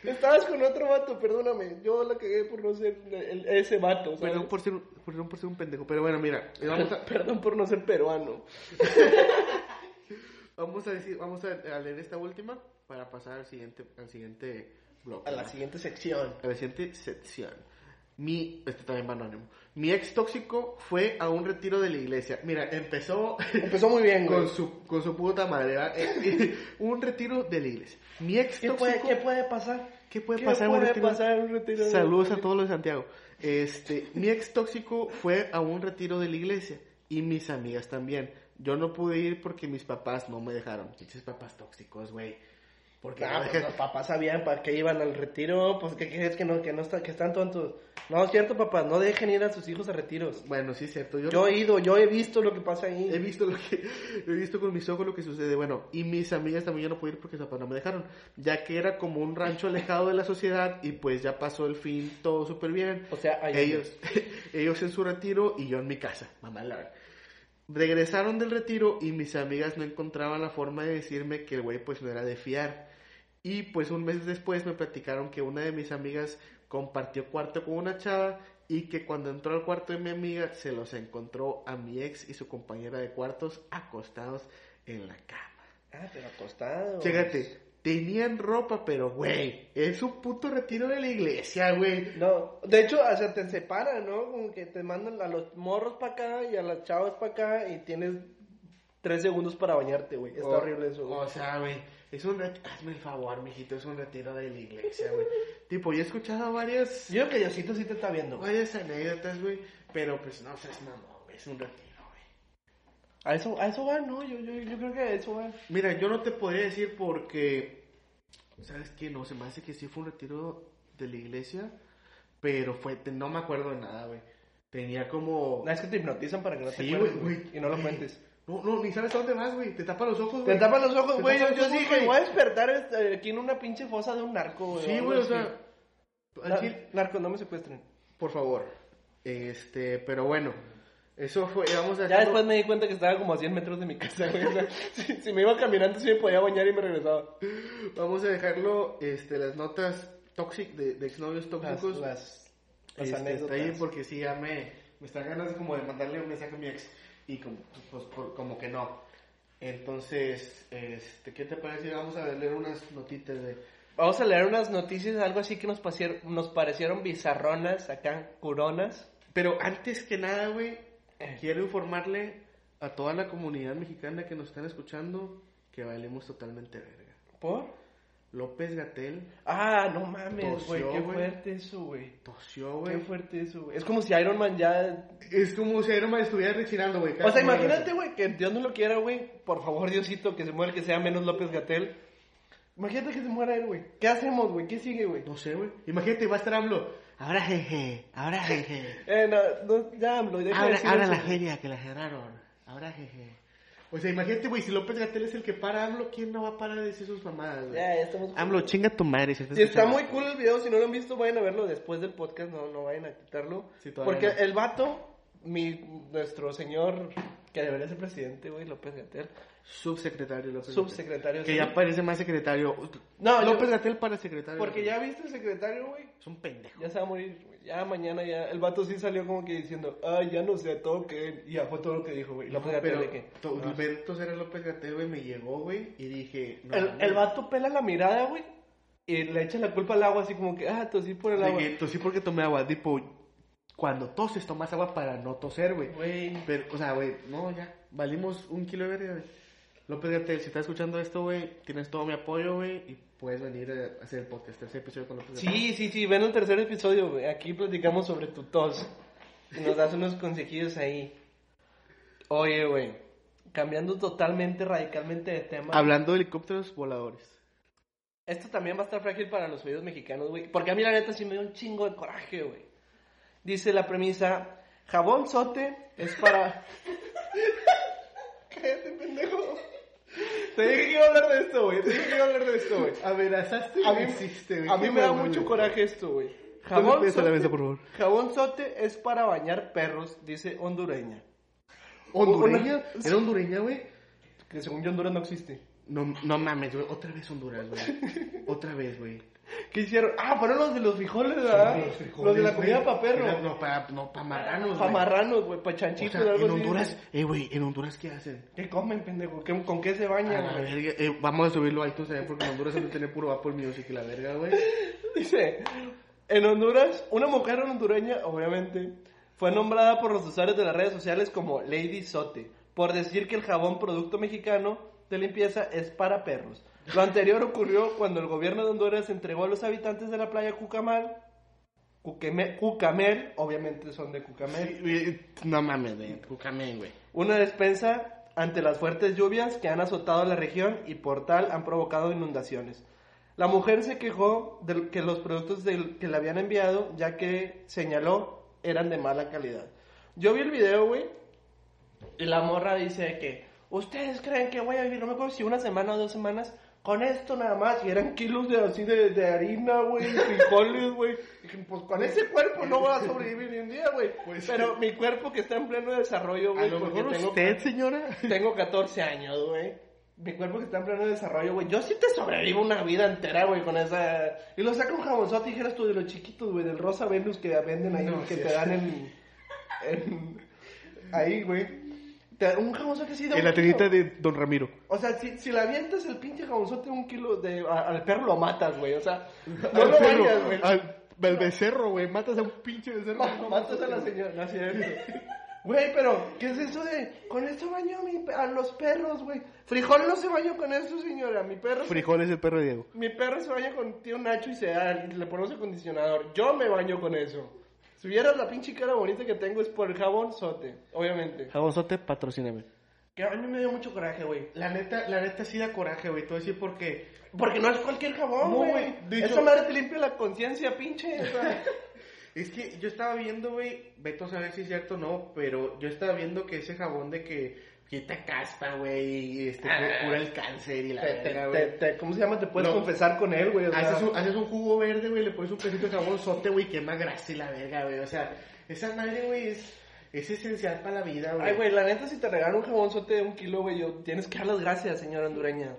Speaker 2: Estabas con otro vato, perdóname. Yo la cagué por no ser el- ese vato. ¿sabes?
Speaker 1: Perdón por, ser, un- perdón por ser un pendejo. Pero bueno, mira. Vamos a,
Speaker 2: Perdón por no ser peruano.
Speaker 1: Vamos a decir, vamos a, a leer esta última para pasar al siguiente, al siguiente bloque.
Speaker 2: A la siguiente sección.
Speaker 1: A la siguiente sección. Mi, este también va anónimo. Mi ex tóxico fue a un retiro de la iglesia. Mira, empezó
Speaker 2: Empezó muy bien, güey.
Speaker 1: con su, con su puta madre, ¿verdad? un retiro de la iglesia. Mi ex
Speaker 2: ¿Qué
Speaker 1: tóxico.
Speaker 2: puede, ¿Qué puede pasar?
Speaker 3: ¿Qué puede pasar en un
Speaker 2: puede
Speaker 3: retiro?
Speaker 2: pasar en un retiro de-
Speaker 1: Saludos a todos los de Santiago. Este, mi ex tóxico fue a un retiro de la iglesia y mis amigas también. Yo no pude ir porque mis papás no me dejaron. Pinches papás tóxicos, güey. Porque
Speaker 2: Nah, pues los papás sabían para qué iban al retiro, pues qué crees que no, que no está, que están tontos. No, es cierto, papá, no dejen ir a sus hijos a retiros.
Speaker 1: Bueno, sí es cierto. Yo,
Speaker 2: Yo he ido, yo he visto lo que pasa ahí.
Speaker 1: he visto lo que he visto con mis ojos lo que sucede. Bueno, y mis amigas también yo no pude ir porque mis papás no me dejaron, ya que era como un rancho alejado de la sociedad y pues ya pasó el fin todo súper bien.
Speaker 2: O sea, ahí-
Speaker 1: ellos ellos en su retiro y yo en mi casa, mamá larga. Regresaron del retiro y mis amigas no encontraban la forma de decirme que el güey pues no era de fiar. Y pues un mes después me platicaron que una de mis amigas compartió cuarto con una chava y que cuando entró al cuarto de mi amiga se los encontró a mi ex y su compañera de cuartos acostados en la cama.
Speaker 2: Ah, pero acostado.
Speaker 1: Fíjate, tenían ropa, pero güey, es un puto retiro de la iglesia, güey.
Speaker 2: No, de hecho, o sea, te separan, ¿no? Como que te mandan a los morros para acá y a las chavas para acá y tienes tres segundos para bañarte, güey. Está
Speaker 1: O-
Speaker 2: horrible eso, güey.
Speaker 1: O sea, güey, es un retiro, hazme el favor, mijito, es un retiro de la iglesia, güey. tipo, yo he escuchado varias,
Speaker 2: Yo creo que Diosito sí te está viendo, güey.
Speaker 1: varias anécdotas, güey, pero pues no seas mamón, güey, es un retiro, güey.
Speaker 2: A eso, a eso va, ¿no? Yo, yo, yo creo que a eso va.
Speaker 1: Mira, yo no te podría decir porque, ¿sabes qué? No, se me hace que sí fue un retiro de la iglesia, Pero fue, te- no me acuerdo de nada, güey. Tenía como...
Speaker 2: No, es que te hipnotizan para que no te
Speaker 1: Sí,
Speaker 2: acuerdes,
Speaker 1: güey,
Speaker 2: güey. Y no lo cuentes.
Speaker 1: No, no, ni sabes a dónde vas, güey. Te tapan los ojos, güey.
Speaker 2: Te tapan los ojos,
Speaker 1: Te
Speaker 2: güey. Yo,
Speaker 1: tapan los
Speaker 2: yo
Speaker 1: ojos,
Speaker 2: dije,
Speaker 1: güey.
Speaker 2: voy a despertar este, aquí en una pinche fosa de un narco, güey.
Speaker 1: Sí,
Speaker 2: algo
Speaker 1: güey, o
Speaker 2: así.
Speaker 1: sea... al
Speaker 2: Na-
Speaker 1: chile-
Speaker 2: narcos, no me secuestren.
Speaker 1: Por favor. Este, pero bueno. Eso fue, eh, vamos a...
Speaker 2: Ya después me di cuenta que estaba como a 100 metros de mi casa, güey. O sea, si, si me iba caminando, sí me podía bañar y me regresaba.
Speaker 1: Vamos a dejarlo, este, las notas tóxicas de, de exnovios
Speaker 2: Las,
Speaker 1: tóxicos.
Speaker 2: las, las
Speaker 1: Este, está ahí
Speaker 2: anécdotas.
Speaker 1: porque sí, ya me, me están ganas como de mandarle un mensaje a mi ex. Y como, pues, por- como que no. Entonces, este, ¿qué te parece? Vamos a leer unas notitas de...
Speaker 2: Vamos a leer unas noticias, algo así que nos, pasier- nos parecieron bizarronas, acá, curonas.
Speaker 1: Pero antes que nada, güey, quiero informarle a toda la comunidad mexicana que nos están escuchando que valemos totalmente verga.
Speaker 2: ¿Por?
Speaker 1: López Gatel
Speaker 2: Ah, no mames,
Speaker 1: Tosió,
Speaker 2: güey. Qué
Speaker 1: güey.
Speaker 2: fuerte eso, güey.
Speaker 1: tosió,
Speaker 2: Qué
Speaker 1: güey.
Speaker 2: fuerte eso, güey. Es como si Iron Man ya
Speaker 1: Es como si Iron Man estuviera reaccionando, güey. cada
Speaker 2: O sea,
Speaker 1: semana.
Speaker 2: imagínate, güey, que Dios no lo quiera, güey. Por favor, Diosito, que se muera el que sea menos López Gatel. Imagínate que se muera él, güey. ¿Qué hacemos, güey? ¿Qué sigue, güey?
Speaker 1: No sé, güey. Imagínate, va a estar AMLO. Ahora jeje, ahora jeje.
Speaker 2: Eh, no, no, ya, AMLO, deja de
Speaker 1: Ahora,
Speaker 2: decir
Speaker 1: ahora
Speaker 2: eso,
Speaker 1: la
Speaker 2: güey.
Speaker 1: feria que la cerraron. Ahora jeje. O sea, imagínate, güey, si López Gatel es el que para AMLO, ¿quién no va a parar de decir sus mamadas, güey?
Speaker 2: Ya, ya estamos.
Speaker 3: AMLO, chinga tu madre. Si estás
Speaker 2: Si está
Speaker 3: escuchando.
Speaker 2: muy cool el video, si no lo han visto, vayan a verlo después del podcast, no, no vayan a quitarlo.
Speaker 1: Sí, todavía
Speaker 2: porque
Speaker 1: no.
Speaker 2: el vato, mi, nuestro señor, que debería ser presidente, güey, López Gatel,
Speaker 1: Subsecretario López Gatell.
Speaker 2: subsecretario.
Speaker 3: Que ya parece más secretario.
Speaker 2: No, yo-
Speaker 3: López Gatel para secretario.
Speaker 2: Porque ya viste el secretario, güey,
Speaker 3: Es un pendejo.
Speaker 2: Ya se va a morir, güey. Ya mañana ya. El vato sí salió como que diciendo, ay, ya no sé todo que. Y ya fue todo lo que dijo, güey. Y
Speaker 1: No,
Speaker 2: López Gatell
Speaker 1: pero
Speaker 2: de que,
Speaker 1: to-
Speaker 2: "Ah".
Speaker 1: ver toser a López Gatell, güey, me llegó, güey, y dije... no,
Speaker 2: el,
Speaker 1: mames.
Speaker 2: el vato pela la mirada, güey. Y le echa la culpa al agua, así como que, ah, tosí por el
Speaker 1: De
Speaker 2: agua.
Speaker 1: que tosí porque tomé agua, tipo, cuando toses tomas agua para no toser, güey.
Speaker 2: Güey.
Speaker 1: Pero, o sea, güey, no, ya, valimos un kilo de verga, güey. López Gatel, si estás escuchando esto, güey, tienes todo mi apoyo, güey, y puedes venir a hacer el podcast, tercer episodio con López Gatell.
Speaker 2: Sí, sí, sí. Ven el tercer episodio, güey. Aquí platicamos sobre tu tos. Y nos das unos consejillos ahí. Oye, güey. Cambiando totalmente, radicalmente de tema.
Speaker 3: Hablando de helicópteros voladores.
Speaker 2: Esto también va a estar frágil para los oídos mexicanos, güey. Porque a mí la neta sí me dio un chingo de coraje, güey. Dice la premisa, jabón sote es para... Cállate, pendejo. Te dije que iba a hablar de esto, güey. Te dije que iba a hablar de esto, güey.
Speaker 1: Amenazaste,
Speaker 2: A mí,
Speaker 1: existe,
Speaker 2: a mí me da mucho coraje esto, güey.
Speaker 3: Jabón.
Speaker 2: Jabón
Speaker 3: la
Speaker 2: sote,
Speaker 3: mesa, por favor.
Speaker 2: jabón sote es para bañar perros, dice hondureña.
Speaker 1: ¿Hondureña?
Speaker 2: Una-
Speaker 1: ¿Era hondureña, güey?
Speaker 2: Que según yo Honduras no existe.
Speaker 1: No, no mames, güey, otra vez Honduras, güey. Otra vez, güey.
Speaker 2: ¿Qué hicieron? Ah, fueron los de los frijoles, ¿verdad?
Speaker 1: Sí,
Speaker 2: Ah, los, de la comida
Speaker 1: güey.
Speaker 2: para perros.
Speaker 1: No, para no, pa marranos,
Speaker 2: Pa'
Speaker 1: güey.
Speaker 2: marranos, Pues, güey, pa'
Speaker 1: O
Speaker 2: chanchitos,
Speaker 1: sea, en
Speaker 2: algo así.
Speaker 1: Honduras, eh, güey, en Honduras, ¿qué hacen?
Speaker 2: ¿Qué comen, pendejo? ¿Qué- ¿Con qué se
Speaker 1: A
Speaker 2: bañan,
Speaker 1: la
Speaker 2: güey?
Speaker 1: verga, eh, vamos a subirlo a iTunes también porque en Honduras siempre tiene puro Apple Music y la verga, güey.
Speaker 2: Dice, en Honduras, una mujer hondureña, obviamente, fue nombrada por los usuarios de las redes sociales como Lady Sote, por decir que el jabón producto mexicano de limpieza es para perros. Lo anterior ocurrió cuando el gobierno de Honduras entregó a los habitantes de la playa Cucamal, Cuqueme- Cucamel, obviamente son de Cucamel,
Speaker 1: Sí, güey, No mames, güey, cúcame, güey.
Speaker 2: Una despensa ante las fuertes lluvias que han azotado la región y por tal han provocado inundaciones. La mujer se quejó de que los productos del- que le habían enviado, ya que señaló, eran de mala calidad. Yo vi el video, güey, y la morra dice que, ¿ustedes creen que voy a vivir, no me acuerdo si una semana o dos semanas, con esto nada más? Y eran kilos de así de, de harina, güey, de frijoles, güey. Dije, pues con ese cuerpo no voy a sobrevivir ni un día, güey.
Speaker 1: Pues-
Speaker 2: Pero mi cuerpo que está en pleno desarrollo,
Speaker 1: A
Speaker 2: güey,
Speaker 1: lo
Speaker 2: Ah, porque
Speaker 1: mejor
Speaker 2: tengo,
Speaker 1: usted, señora.
Speaker 2: tengo 14 años, güey. Mi cuerpo que está en pleno desarrollo, güey. Yo sí te sobrevivo una vida entera, güey, con esa... Y lo saca un jabonzote, dijeras tú, de los chiquitos, güey, del Rosa Venus que venden ahí,
Speaker 1: No,
Speaker 2: que
Speaker 1: sí.
Speaker 2: te dan en... en- ahí, güey. Te dan Un jabonzote así de...
Speaker 3: En
Speaker 2: un
Speaker 3: la
Speaker 2: kilo.
Speaker 3: trinita de Don Ramiro.
Speaker 2: O sea, si, si le avientas el pinche jabonzote un kilo de... a- al perro lo matas, güey. O sea, no
Speaker 3: Al
Speaker 2: lo
Speaker 3: perro,
Speaker 2: bañas, güey.
Speaker 3: Al, al becerro, güey. Matas a un pinche becerro.
Speaker 2: Ma- Matas a la señora, no es cierto. Güey, pero, ¿qué es eso de? Con esto baño a, mi pe- a los perros, güey. Frijol no se baña con esto, señora. Mi perro, se-
Speaker 3: Frijoles el perro de Diego.
Speaker 2: mi perro se baña con tío Nacho y se da- y le ponemos acondicionador. Yo me baño con eso. Si vieras la pinche cara bonita que tengo es por el jabón sote, obviamente.
Speaker 3: Jabonzote, patrocíname.
Speaker 2: Que a mí me dio mucho coraje, güey.
Speaker 1: La neta, la neta sí da coraje, güey. Te voy a decir por qué.
Speaker 2: Porque no es cualquier jabón,
Speaker 1: No,
Speaker 2: güey.
Speaker 1: güey, de
Speaker 2: Esa
Speaker 1: hecho-
Speaker 2: madre te limpia la conciencia, pinche. o sea.
Speaker 1: Es que yo estaba viendo, güey, Beto a saber si es cierto o no, pero yo estaba viendo que ese jabón de que quita casta, güey, y este,
Speaker 2: Ah.
Speaker 1: cura el cáncer y la
Speaker 2: Te- te-
Speaker 1: verga,
Speaker 2: te-
Speaker 1: güey.
Speaker 2: te- ¿Cómo se llama? Te puedes
Speaker 1: No.
Speaker 2: confesar con él, güey. o sea,
Speaker 1: Haces un, haces un jugo verde, güey, le pones un pedacito de jabón sote, güey, quema grasa y la verga, güey. O sea, esa madre, güey, es, es esencial para la vida, güey.
Speaker 2: Ay, güey, la neta, si te regalan un jabonzote de un kilo, güey, yo- tienes que dar las gracias, señora hondureña.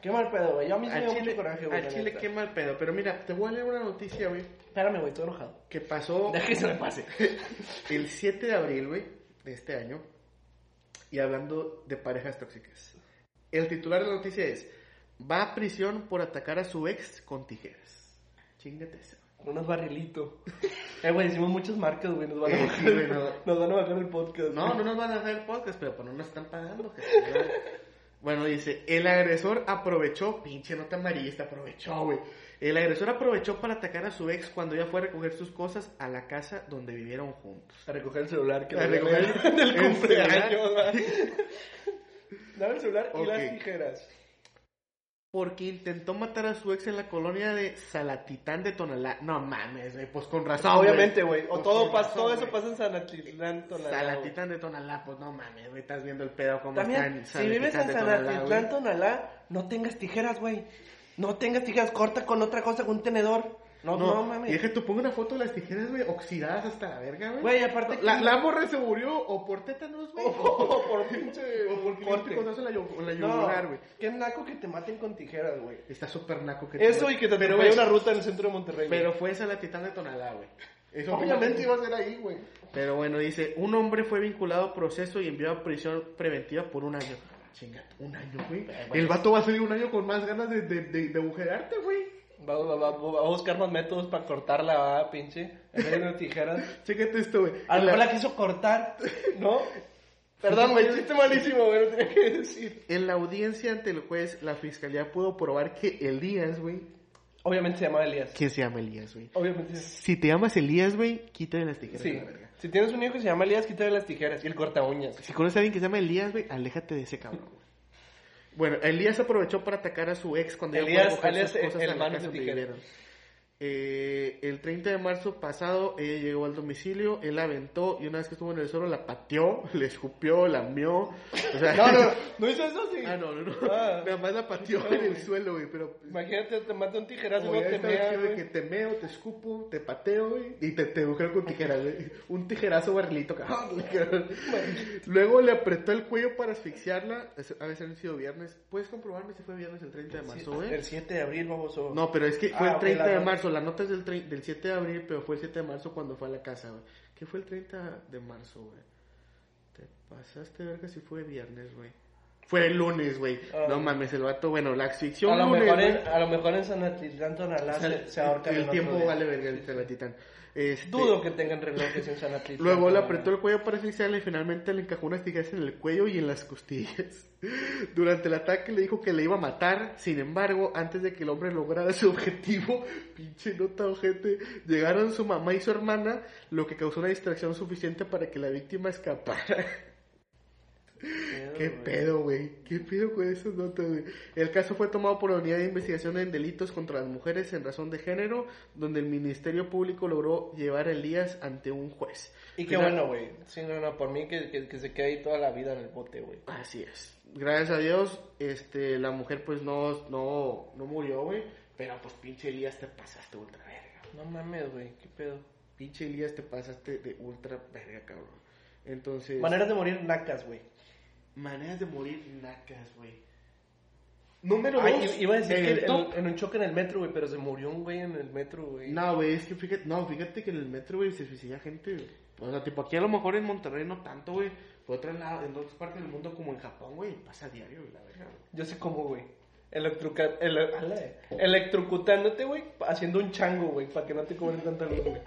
Speaker 2: Qué mal pedo, güey. Yo a mí sí me
Speaker 1: Al
Speaker 2: dio
Speaker 1: chile,
Speaker 2: mucho coraje, güey.
Speaker 1: al
Speaker 2: la
Speaker 1: chile
Speaker 2: neta.
Speaker 1: quema el pedo. Pero mira, te voy a leer una noticia, güey,
Speaker 2: Espérame, güey, estoy enojado.
Speaker 1: que pasó
Speaker 2: Deja que se me pase.
Speaker 1: el 7 de abril, güey, de este año. Y hablando de parejas tóxicas. El titular de la noticia es: Va a prisión por atacar a su ex con tijeras. Chingate esa.
Speaker 2: Unos barrilitos. Eh, güey, hicimos muchas marcas, güey. Nos van a
Speaker 1: Eh,
Speaker 2: bajar,
Speaker 1: sí, güey,
Speaker 2: el-
Speaker 1: no.
Speaker 2: nos van a bajar el podcast.
Speaker 1: No,
Speaker 2: güey.
Speaker 1: no nos van a hacer el podcast, pero pues no nos están pagando. que se vea. bueno, dice, el agresor aprovechó, pinche nota amarillista, aprovechó, güey. El agresor aprovechó para atacar a su ex cuando ella fue a recoger sus cosas a la casa donde vivieron juntos.
Speaker 2: A recoger el celular que
Speaker 1: A
Speaker 2: le
Speaker 1: recoger
Speaker 2: regalan del
Speaker 1: el
Speaker 2: cumpleaños.
Speaker 1: celular.
Speaker 2: ¿verdad? Dame el celular y
Speaker 1: Ok.
Speaker 2: las tijeras.
Speaker 1: Porque intentó matar a su ex en la colonia de Salatitán de Tonalá. No mames, güey, pues con razón.
Speaker 2: Obviamente, güey. O
Speaker 1: Pues
Speaker 2: todo,
Speaker 1: con
Speaker 2: pas-
Speaker 1: razón,
Speaker 2: todo eso
Speaker 1: güey.
Speaker 2: pasa en San Atlán, Tonalá, güey.
Speaker 1: Salatitán de Tonalá, pues no mames, güey, estás viendo el pedo como
Speaker 2: También, si vives en San Atlán, Tonalá, no tengas tijeras, güey. No tengas tijeras, corta con otra cosa, con un tenedor. No, no,
Speaker 1: Y es
Speaker 2: mames.
Speaker 1: que tú pongo una foto de las tijeras, güey, oxidadas hasta la verga, güey.
Speaker 2: Güey, aparte que-
Speaker 1: La, la morra se murió o por tétanos, güey.
Speaker 2: O por pinche-
Speaker 1: O por
Speaker 2: corte.
Speaker 1: corte. Con en la, yu- en la
Speaker 2: No,
Speaker 1: yugular, güey.
Speaker 2: qué naco que te maten con tijeras, güey.
Speaker 1: Está súper naco que...
Speaker 2: Eso y que te
Speaker 1: pero,
Speaker 2: atropelle
Speaker 1: güey,
Speaker 2: una ruta en el centro de Monterrey. güey.
Speaker 1: Pero fue esa la titán de Tonalá, güey. Eso
Speaker 2: obviamente iba a ser ahí, güey.
Speaker 1: Pero bueno, dice, un hombre fue vinculado a proceso y enviado a prisión preventiva por un año. Chinga, un año, güey.
Speaker 2: Eh,
Speaker 1: El vato va a salir un año con más ganas de, de, de, de agujerarte, güey.
Speaker 2: Va, va- va- va a buscar más métodos para cortarla, va, pinche. En vez de tijeras.
Speaker 1: Chécate esto, güey.
Speaker 2: A lo mejor
Speaker 1: La-
Speaker 2: la quiso cortar, ¿no? Perdón, güey, chiste malísimo, güey, lo tenía que decir.
Speaker 1: En la audiencia ante el juez, la fiscalía pudo probar que Elías, güey.
Speaker 2: Obviamente se llamaba Elías.
Speaker 1: ¿Quién se llama Elías, güey?
Speaker 2: Obviamente.
Speaker 1: Si te llamas Elías, güey, quítale las tijeras.
Speaker 2: Sí.
Speaker 1: a la verga.
Speaker 2: Si tienes un hijo que se llama Elías, quítale las tijeras y el corta uñas.
Speaker 1: Si conoces a alguien que se llama Elías, güey, aléjate de ese cabrón, güey. Bueno, Elías aprovechó para atacar a su ex cuando ella fue a
Speaker 2: Elías-
Speaker 1: recoger sus
Speaker 2: Elías,
Speaker 1: cosas
Speaker 2: el
Speaker 1: a la
Speaker 2: man
Speaker 1: casa
Speaker 2: de
Speaker 1: donde
Speaker 2: tijeras.
Speaker 1: vivieron. Eh, el 30 de marzo pasado, ella llegó al domicilio, él la aventó y una vez que estuvo en el suelo la pateó, le escupió, la mió. O sea,
Speaker 2: No, no, no hizo eso, sí.
Speaker 1: Ah, no, no, no.
Speaker 2: Ah.
Speaker 1: Nada más la pateó en el suelo, güey, pero
Speaker 2: Imagínate, te mata un tijerazo
Speaker 1: Como ya
Speaker 2: y no te
Speaker 1: está
Speaker 2: mea,
Speaker 1: chido de que
Speaker 2: güey.
Speaker 1: te meo, te escupo, te pateo, güey, y te, te agujero con tijeras, güey. Un tijerazo barrilito, cabrón. cabrón. Luego le apretó el cuello para asfixiarla. Es- A veces han sido viernes. ¿Puedes comprobarme si fue viernes el 30 de marzo, güey?
Speaker 2: El 7 de abril, vamos. o-
Speaker 1: No, pero es que fue
Speaker 2: Ah,
Speaker 1: el
Speaker 2: ok,
Speaker 1: 30
Speaker 2: la
Speaker 1: de
Speaker 2: nota.
Speaker 1: marzo. La nota es del, trein- del 7 de abril, pero fue el 7 de marzo cuando fue a la casa, güey. ¿Qué fue el 30 de marzo, güey? Te pasaste, verga, si fue viernes, güey. Fue el lunes, güey.
Speaker 2: Ah.
Speaker 1: No mames, el vato, bueno, la asfixió
Speaker 2: A
Speaker 1: el
Speaker 2: lo,
Speaker 1: lunes,
Speaker 2: mejor
Speaker 1: güey.
Speaker 2: en, a lo mejor en San Atlán, Tonalá,
Speaker 1: O sea,
Speaker 2: se, se ahorca
Speaker 1: el,
Speaker 2: otro
Speaker 1: tiempo
Speaker 2: día.
Speaker 1: vale verga el Salatitán. Este,
Speaker 2: Dudo que tengan relojes en San Atlán.
Speaker 1: Luego le
Speaker 2: Tonalá.
Speaker 1: apretó el cuello para asfixiarla y finalmente le encajó unas tijeras en el cuello y en las costillas. Durante el ataque le dijo que le iba a matar, sin embargo, antes de que el hombre lograra su objetivo, pinche nota ojete, llegaron su mamá y su hermana, lo que causó una distracción suficiente para que la víctima escapara. ¿Qué
Speaker 2: güey.
Speaker 1: pedo, güey? ¿Qué pedo con esas notas, güey? El caso fue tomado por la Unidad de Investigación en Delitos contra las Mujeres en Razón de Género, donde el Ministerio Público logró llevar a Elías ante un juez.
Speaker 2: Y qué
Speaker 1: Final-
Speaker 2: bueno, güey. Sí, no, no, por mí que, que, que se quede ahí toda la vida en el bote, güey.
Speaker 1: Así es. Gracias a Dios, este, la mujer pues no, no, no murió, güey. Pero pues pinche Elías te pasaste ultra verga.
Speaker 2: No mames, güey, qué pedo.
Speaker 1: Pinche Elías te pasaste de ultra verga, cabrón. Entonces...
Speaker 2: Maneras de morir nacas, güey.
Speaker 1: maneras de morir nacas, güey. Número
Speaker 2: Ay,
Speaker 1: dos.
Speaker 2: i- iba a decir
Speaker 1: en
Speaker 2: que
Speaker 1: el
Speaker 2: en-
Speaker 1: top.
Speaker 2: en, un choque en el metro, güey, pero se murió un güey en el metro, güey.
Speaker 1: No, güey, es que fíjate, no, fíjate que en el metro, güey, se suicida gente, güey. O sea, tipo, aquí a lo mejor en Monterrey no tanto, güey. Por otro lado, en otras partes del mundo, como en Japón, güey, pasa a diario, güey, la verga, güey.
Speaker 2: Yo sé cómo, güey. Electroca- ele- ala, eh. electrocutándote, güey, pa- haciendo un chango, güey, para que no te cobren tanta luz, güey.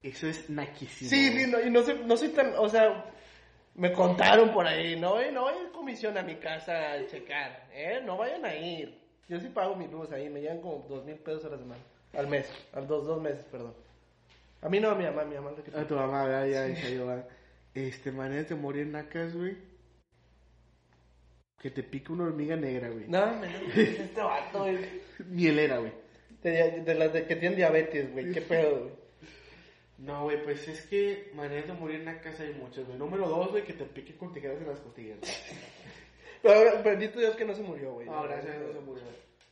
Speaker 1: Eso es naquísimo.
Speaker 2: Sí,
Speaker 1: güey.
Speaker 2: sí, no, y no, sé, no soy tan, o sea, me contaron por ahí, no, eh, no vayan comisión a mi casa a checar, eh, no vayan a ir. Yo sí pago mi luz ahí, me llegan como dos mil pesos a la semana, al mes, al dos, dos meses, perdón. A mí no, a mi mamá, mi mamá es la que
Speaker 1: A tu mamá, ¿verdad? ya, ya, ya, va. Este, maneras de morir nacas, güey. Que te pique una hormiga negra, güey.
Speaker 2: No, me no, este vato, güey.
Speaker 1: Mielera, güey.
Speaker 2: De, de las de que tienen diabetes, güey, qué pedo, güey.
Speaker 1: No, güey, pues es que maneras de morir en la casa hay muchas, güey. Número dos, güey, que te piquen con tijeras en las costillas. güey.
Speaker 2: Pero ahora, bendito Dios que no se murió, güey.
Speaker 1: No, gracias a Dios se murió.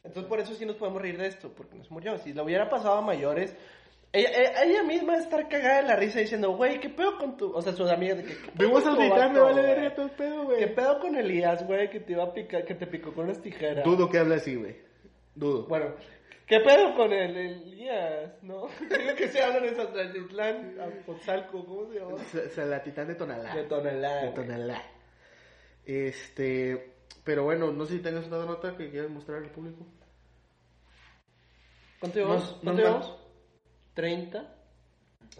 Speaker 2: Entonces por eso sí nos podemos reír de esto, porque no se murió. Si lo hubiera pasado a mayores, ella, ella- ella misma estar cagada de la risa diciendo, güey, ¿qué pedo con tu...? O sea, sus amigas de que... ¿qué pedo
Speaker 3: Vivo a
Speaker 2: con tu
Speaker 3: Salmitán, me
Speaker 2: vato,
Speaker 3: vale
Speaker 2: güey?
Speaker 3: verga todo el pedo,
Speaker 2: ¿Qué
Speaker 3: güey.
Speaker 2: pedo con Elías, güey, que te iba a picar, que te picó con unas tijeras?
Speaker 3: Dudo que hable así, güey. Dudo.
Speaker 2: Bueno, ¿qué pedo con el Elías, no? Digo que se hablan en Zatlanitlán, Apotzalco, ¿cómo se llama?
Speaker 3: Sa- Salatitán de Tonalá.
Speaker 2: De Tonalá.
Speaker 3: De
Speaker 2: güey.
Speaker 3: Tonalá.
Speaker 1: Este, pero bueno, no sé si tengas otra nota que quieras mostrar al público.
Speaker 2: ¿Cuánto llevamos?
Speaker 1: Nos-
Speaker 2: ¿Cuánto
Speaker 1: nos-
Speaker 2: llevamos? ¿30?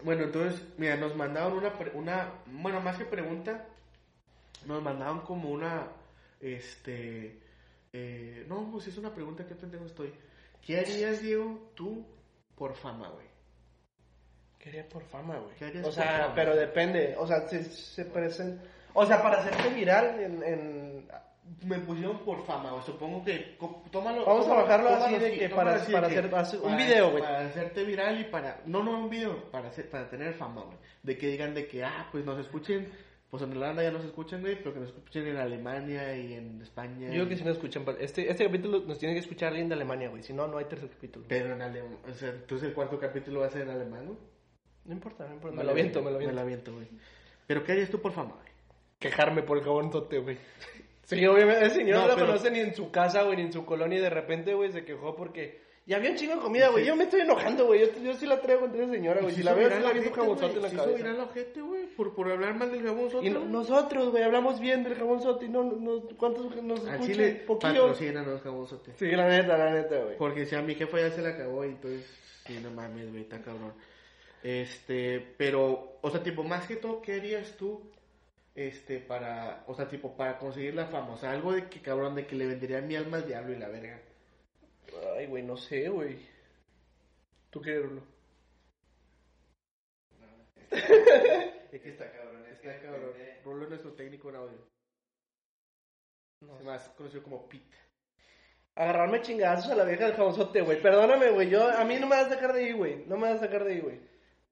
Speaker 1: Bueno, entonces, mira, nos mandaron una, pre- una, bueno, más que pregunta, nos mandaron como una, este, eh, no, pues es una pregunta, qué pendejo estoy. ¿Qué harías, Diego, tú por fama, güey?
Speaker 2: Quería por fama, güey.
Speaker 1: ¿Qué harías
Speaker 2: O
Speaker 1: por
Speaker 2: sea,
Speaker 1: fama?
Speaker 2: pero depende. O sea, se, se parecen. O sea, para hacerte viral en. en-
Speaker 1: Me pusieron por fama, güey, supongo que, co- tómalo.
Speaker 2: Vamos a
Speaker 1: tómalo-
Speaker 2: bajarlo así
Speaker 1: tómalo
Speaker 2: de que
Speaker 1: tómalo
Speaker 2: para-
Speaker 1: de
Speaker 2: para
Speaker 1: que-
Speaker 2: hacer- hacer un
Speaker 1: para-
Speaker 2: video, güey.
Speaker 1: Para hacerte viral y para, no, no, un video, para, hacer- para tener fama, güey. De que digan de que, ah, pues nos escuchen, pues en Holanda ya nos escuchan, güey, pero que nos escuchen en Alemania y en España.
Speaker 2: Yo
Speaker 1: y-
Speaker 2: digo que si no escuchan. pa- Este, este capítulo nos tiene que escuchar alguien de Alemania, güey. Si no, no hay tercer capítulo.
Speaker 1: Pero en alemán. O sea, entonces el cuarto capítulo va a ser en alemán, ¿no?
Speaker 2: No importa, no importa. Me lo viento, me
Speaker 1: Me
Speaker 2: lo viento.
Speaker 1: lo aviento, güey. Pero ¿qué harías tú por fama, güey?
Speaker 2: Quejarme por el cabonzote, güey. Sí, obviamente. El señor no,
Speaker 1: No,
Speaker 2: lo
Speaker 1: pero-
Speaker 2: conoce ni en su casa, güey, ni en su colonia. Y de repente, güey, se quejó porque. Ya había un chingo de comida, güey. Yo me estoy enojando, güey. Yo, yo sí la traigo contra esa señora, güey. Si la veo, sí la aviento un cabonzote en la
Speaker 1: Se
Speaker 2: cabeza.
Speaker 1: subirá la gente, güey, por, por hablar mal del jabón sote.
Speaker 2: Y no- nosotros, güey, hablamos bien del jabón sote y no, no, ¿cuántos nos
Speaker 1: Al
Speaker 2: escuchan?
Speaker 1: Ah, chile
Speaker 2: Poquillos.
Speaker 1: patrocinan los jabón sote.
Speaker 2: Sí, la neta, la neta, güey.
Speaker 1: Porque si a mi jefa ya se le acabó, y entonces, sí, no mames, güey, está cabrón. Este, pero, o sea, tipo, más que todo, ¿qué harías tú? Este, para, o sea, tipo, para conseguir la fama, o sea, algo de que cabrón, de que le vendería mi alma al diablo y la verga.
Speaker 2: Ay, güey, no sé, güey. ¿Tú qué, Bruno?
Speaker 1: Es que está cabrón, está cabrón. Rulo es nuestro técnico en audio.
Speaker 2: No
Speaker 1: Es más conocido como Pete.
Speaker 2: Agarrarme chingazos a la vieja del jabonzote, güey. Perdóname, güey. Yo, a mí no me vas a sacar de ahí, güey. No me vas a sacar de ahí, güey.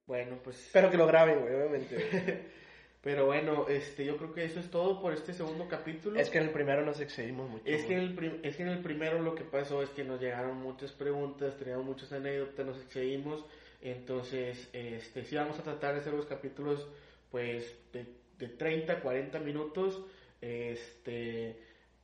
Speaker 1: Bueno, pues.
Speaker 2: Pero que lo graben, güey, obviamente. güey.
Speaker 1: Pero bueno, este, yo creo que eso es todo por este segundo capítulo.
Speaker 2: es que en el primero nos excedimos mucho.
Speaker 1: Es que,
Speaker 2: güey.
Speaker 1: en el prim- es que en el primero lo que pasó es que nos llegaron muchas preguntas, teníamos muchas anécdotas, nos excedimos. Entonces, este, sí vamos a tratar de hacer los capítulos, pues, de, de 30, 40 minutos, este,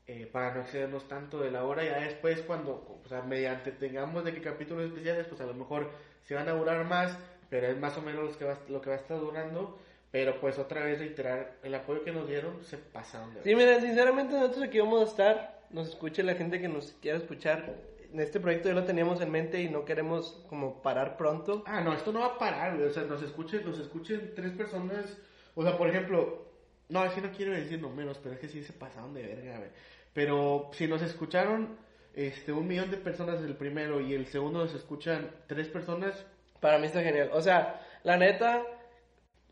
Speaker 1: eh, para no excedernos tanto de la hora. Ya después, cuando, o sea, mediante tengamos de qué capítulos especiales, pues a lo mejor se van a durar más, pero es más o menos lo que va, lo que va a estar durando. Pero pues otra vez reiterar, el apoyo que nos dieron se pasaron de
Speaker 2: Sí, mira, sinceramente nosotros aquí vamos a estar, nos escuche la gente que nos quiera escuchar. En este proyecto ya lo teníamos en mente y no queremos como parar pronto.
Speaker 1: Ah, no, esto no va a parar, güey. O sea, nos escuchen, nos escuchen tres personas. O sea, por ejemplo, no, es que no quiero decir números, pero es que sí se pasaron de verga, güey. Pero si nos escucharon este, un millón de personas el primero y el segundo nos escuchan tres personas,
Speaker 2: Para mí está genial. O sea, la neta,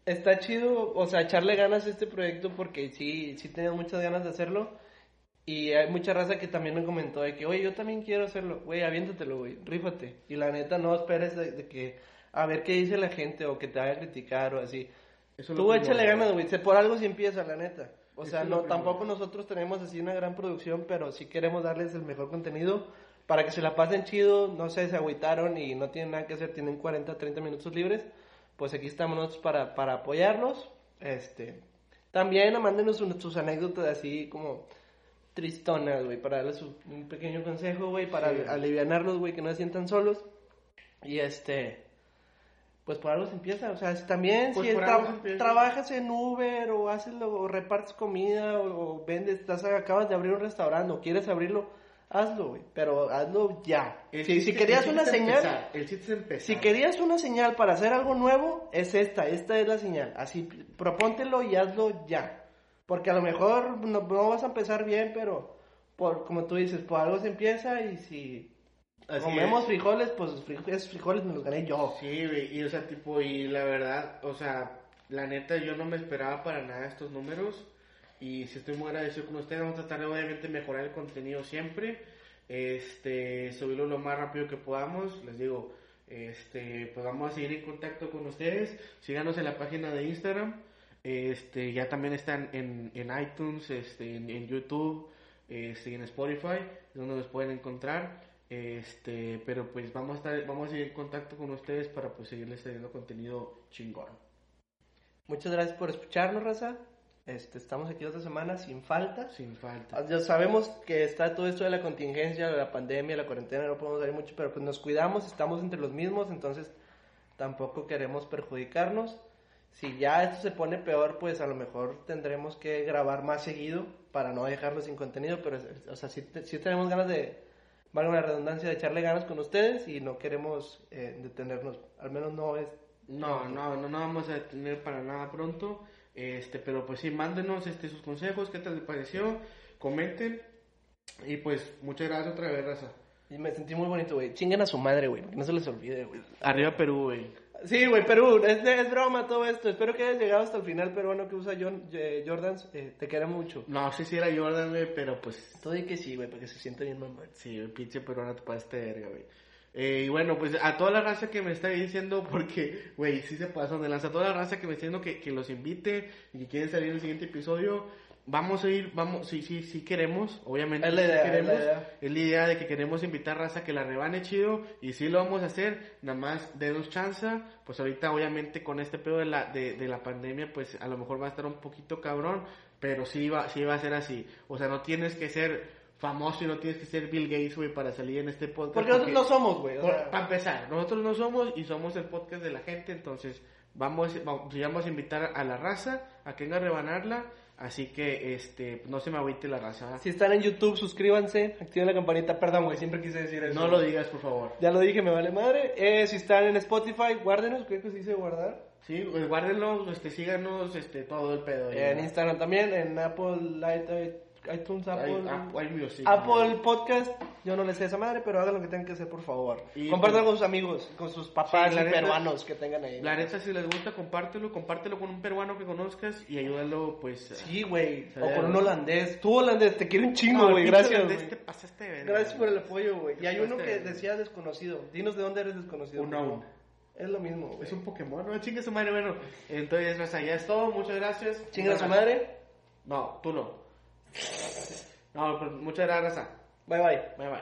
Speaker 2: está chido, o sea, echarle ganas a este proyecto porque sí, sí tenía muchas ganas de hacerlo. Y hay mucha raza que también me comentó de que, oye, yo también quiero hacerlo. Güey, aviéntatelo, güey, rífate. Y la neta, no esperes de, de que, a ver qué dice la gente o que te vaya a criticar o así.
Speaker 1: eso es lo
Speaker 2: Tú
Speaker 1: que
Speaker 2: échale
Speaker 1: yo-
Speaker 2: ganas, güey. Se- Por algo se empieza, la neta. O
Speaker 1: Eso
Speaker 2: sea,
Speaker 1: es lo
Speaker 2: no,
Speaker 1: primero.
Speaker 2: tampoco nosotros tenemos así una gran producción, pero sí queremos darles el mejor contenido para que se la pasen chido, no sé, se agüitaron y no tienen nada que hacer, tienen 40, 30 minutos libres, pues aquí estamos nosotros para, para apoyarnos. Este, también mándenos un- sus anécdotas así como tristonas, güey, para darles un, un pequeño consejo, güey, para
Speaker 1: Sí.
Speaker 2: alivianarlos, güey, que no se sientan solos. Y este, pues por algo se empieza, o sea, si también
Speaker 1: Pues
Speaker 2: si
Speaker 1: por
Speaker 2: tra-
Speaker 1: algo se empieza.
Speaker 2: trabajas en Uber o haces lo- o repartes comida o, o vendes, estás acabas de abrir un restaurante o quieres abrirlo, hazlo, güey, pero hazlo ya.
Speaker 1: El
Speaker 2: Si,
Speaker 1: chiste-
Speaker 2: si querías
Speaker 1: el
Speaker 2: una
Speaker 1: chiste es
Speaker 2: señal,
Speaker 1: empezar, el chiste es empezar.
Speaker 2: si querías una señal para hacer algo nuevo, es esta, esta es la señal. Así, propóntelo y hazlo ya. Porque a lo mejor no, no vas a empezar bien, pero por, como tú dices, por algo se empieza y si
Speaker 1: Así
Speaker 2: comemos
Speaker 1: es.
Speaker 2: frijoles, pues fri- esos frijoles me los gané yo.
Speaker 1: Sí, güey, y o sea, tipo, y la verdad, o sea, la neta yo no me esperaba para nada estos números y si estoy muy agradecido con ustedes, vamos a tratar de obviamente mejorar el contenido siempre, este, subirlo lo más rápido que podamos, les digo, Este, pues vamos a seguir en contacto con ustedes. Síganos en la página de Instagram. Este, ya también están en, en iTunes, este, en, en YouTube, este, y en Spotify, donde nos pueden encontrar. Este, pero pues vamos a estar, vamos a seguir en contacto con ustedes para pues seguirles trayendo contenido chingón.
Speaker 2: Muchas gracias por escucharnos, Raza. Este, estamos aquí otra semana sin falta.
Speaker 1: Sin falta.
Speaker 2: Ah, Ya sabemos que está todo esto de la contingencia, de la pandemia, la cuarentena, no podemos salir mucho, pero pues nos cuidamos, estamos entre los mismos, entonces tampoco queremos perjudicarnos. Si ya esto se pone peor, pues a lo mejor tendremos que grabar más seguido para no dejarlo sin contenido, pero o sea, sí, te- sí tenemos ganas de, valga la redundancia, de echarle ganas con ustedes y no queremos eh, detenernos, al menos no es...
Speaker 1: No, no, no, no vamos a tener para nada pronto. Este, pero pues sí, mándenos este, sus consejos, qué tal les pareció, comenten. Y pues muchas gracias otra vez, raza.
Speaker 2: Y me sentí muy bonito, güey. Chinguen a su madre, güey, que no se les olvide, güey.
Speaker 1: Arriba Perú, güey.
Speaker 2: Sí, güey, Perú, es, es broma todo esto. Espero que hayas llegado hasta el final peruano que usa John, eh, Jordans. eh, te queremos mucho.
Speaker 1: No sé si era Jordan, güey, pero pues
Speaker 2: Todo y que sí, güey, para que se sienta bien mamón.
Speaker 1: sí, güey, pinche peruana te pasaste de verga, güey. Eh, y bueno, pues a toda la raza que me está diciendo, porque, güey, sí se pasó de lanza, a toda la raza que me está diciendo que, que los invite y que quieren salir en el siguiente episodio, vamos a ir, vamos, sí, sí, sí queremos, obviamente.
Speaker 2: Es la
Speaker 1: sí
Speaker 2: idea, es la
Speaker 1: queremos,
Speaker 2: idea.
Speaker 1: Es la idea de que queremos invitar raza que la rebane chido y sí lo vamos a hacer, nada más denos chance, pues ahorita obviamente con este pedo de la, de, de la pandemia pues a lo mejor va a estar un poquito cabrón, pero sí va, sí va a ser así, o sea no tienes que ser famoso y no tienes que ser Bill Gates güey para salir en este podcast.
Speaker 2: Porque nosotros no somos, güey. o sea,
Speaker 1: para empezar, nosotros no somos y somos el podcast de la gente, entonces vamos, vamos, sí vamos a invitar a la raza a que venga a rebanarla, así que este no se me agüite la raza.
Speaker 2: Si están en YouTube, suscríbanse, activen la campanita. Perdón, güey, siempre quise decir eso.
Speaker 1: No lo digas, por favor.
Speaker 2: Ya lo dije, me vale madre. Eh, si están en Spotify, guárdenos, creo que se dice guardar.
Speaker 1: Sí, pues guárdenlo, este, síganos, este, todo el pedo. ahí,
Speaker 2: En
Speaker 1: ¿no?
Speaker 2: Instagram también, en Apple, Light- iTunes, Apple.
Speaker 1: Hay- Apple, Music.
Speaker 2: Apple Ah, Podcast, yo no le sé a esa madre, pero hagan lo que tengan que hacer, por favor.
Speaker 1: Y-
Speaker 2: Compartan con sus amigos, con sus papás
Speaker 1: Sí, la
Speaker 2: y
Speaker 1: neta-
Speaker 2: peruanos que tengan ahí.
Speaker 1: La neta, si les gusta, compártelo, compártelo con un peruano que conozcas y ayúdalo, pues...
Speaker 2: Sí, güey.
Speaker 1: Sí.
Speaker 2: O con un holandés. Tú holandés, te quiero un
Speaker 1: a-
Speaker 2: chingo,
Speaker 1: No, el
Speaker 2: güey.
Speaker 1: pinche
Speaker 2: gracias.
Speaker 1: holandés
Speaker 2: güey.
Speaker 1: te pasaste de este verga,
Speaker 2: Gracias por
Speaker 1: güey.
Speaker 2: el apoyo, güey. Y hay uno que
Speaker 1: Este-
Speaker 2: decía desconocido. Dinos de dónde eres desconocido.
Speaker 1: Un
Speaker 2: por favor.
Speaker 1: aún.
Speaker 2: Es lo mismo, güey.
Speaker 1: Es un Pokémon, no, chingue su madre, bueno. Entonces, raza, ya es todo, muchas gracias.
Speaker 2: Chinga a su madre.
Speaker 1: No, tú no. No, pues muchas gracias, raza.
Speaker 2: Bye, bye.
Speaker 1: Bye, bye.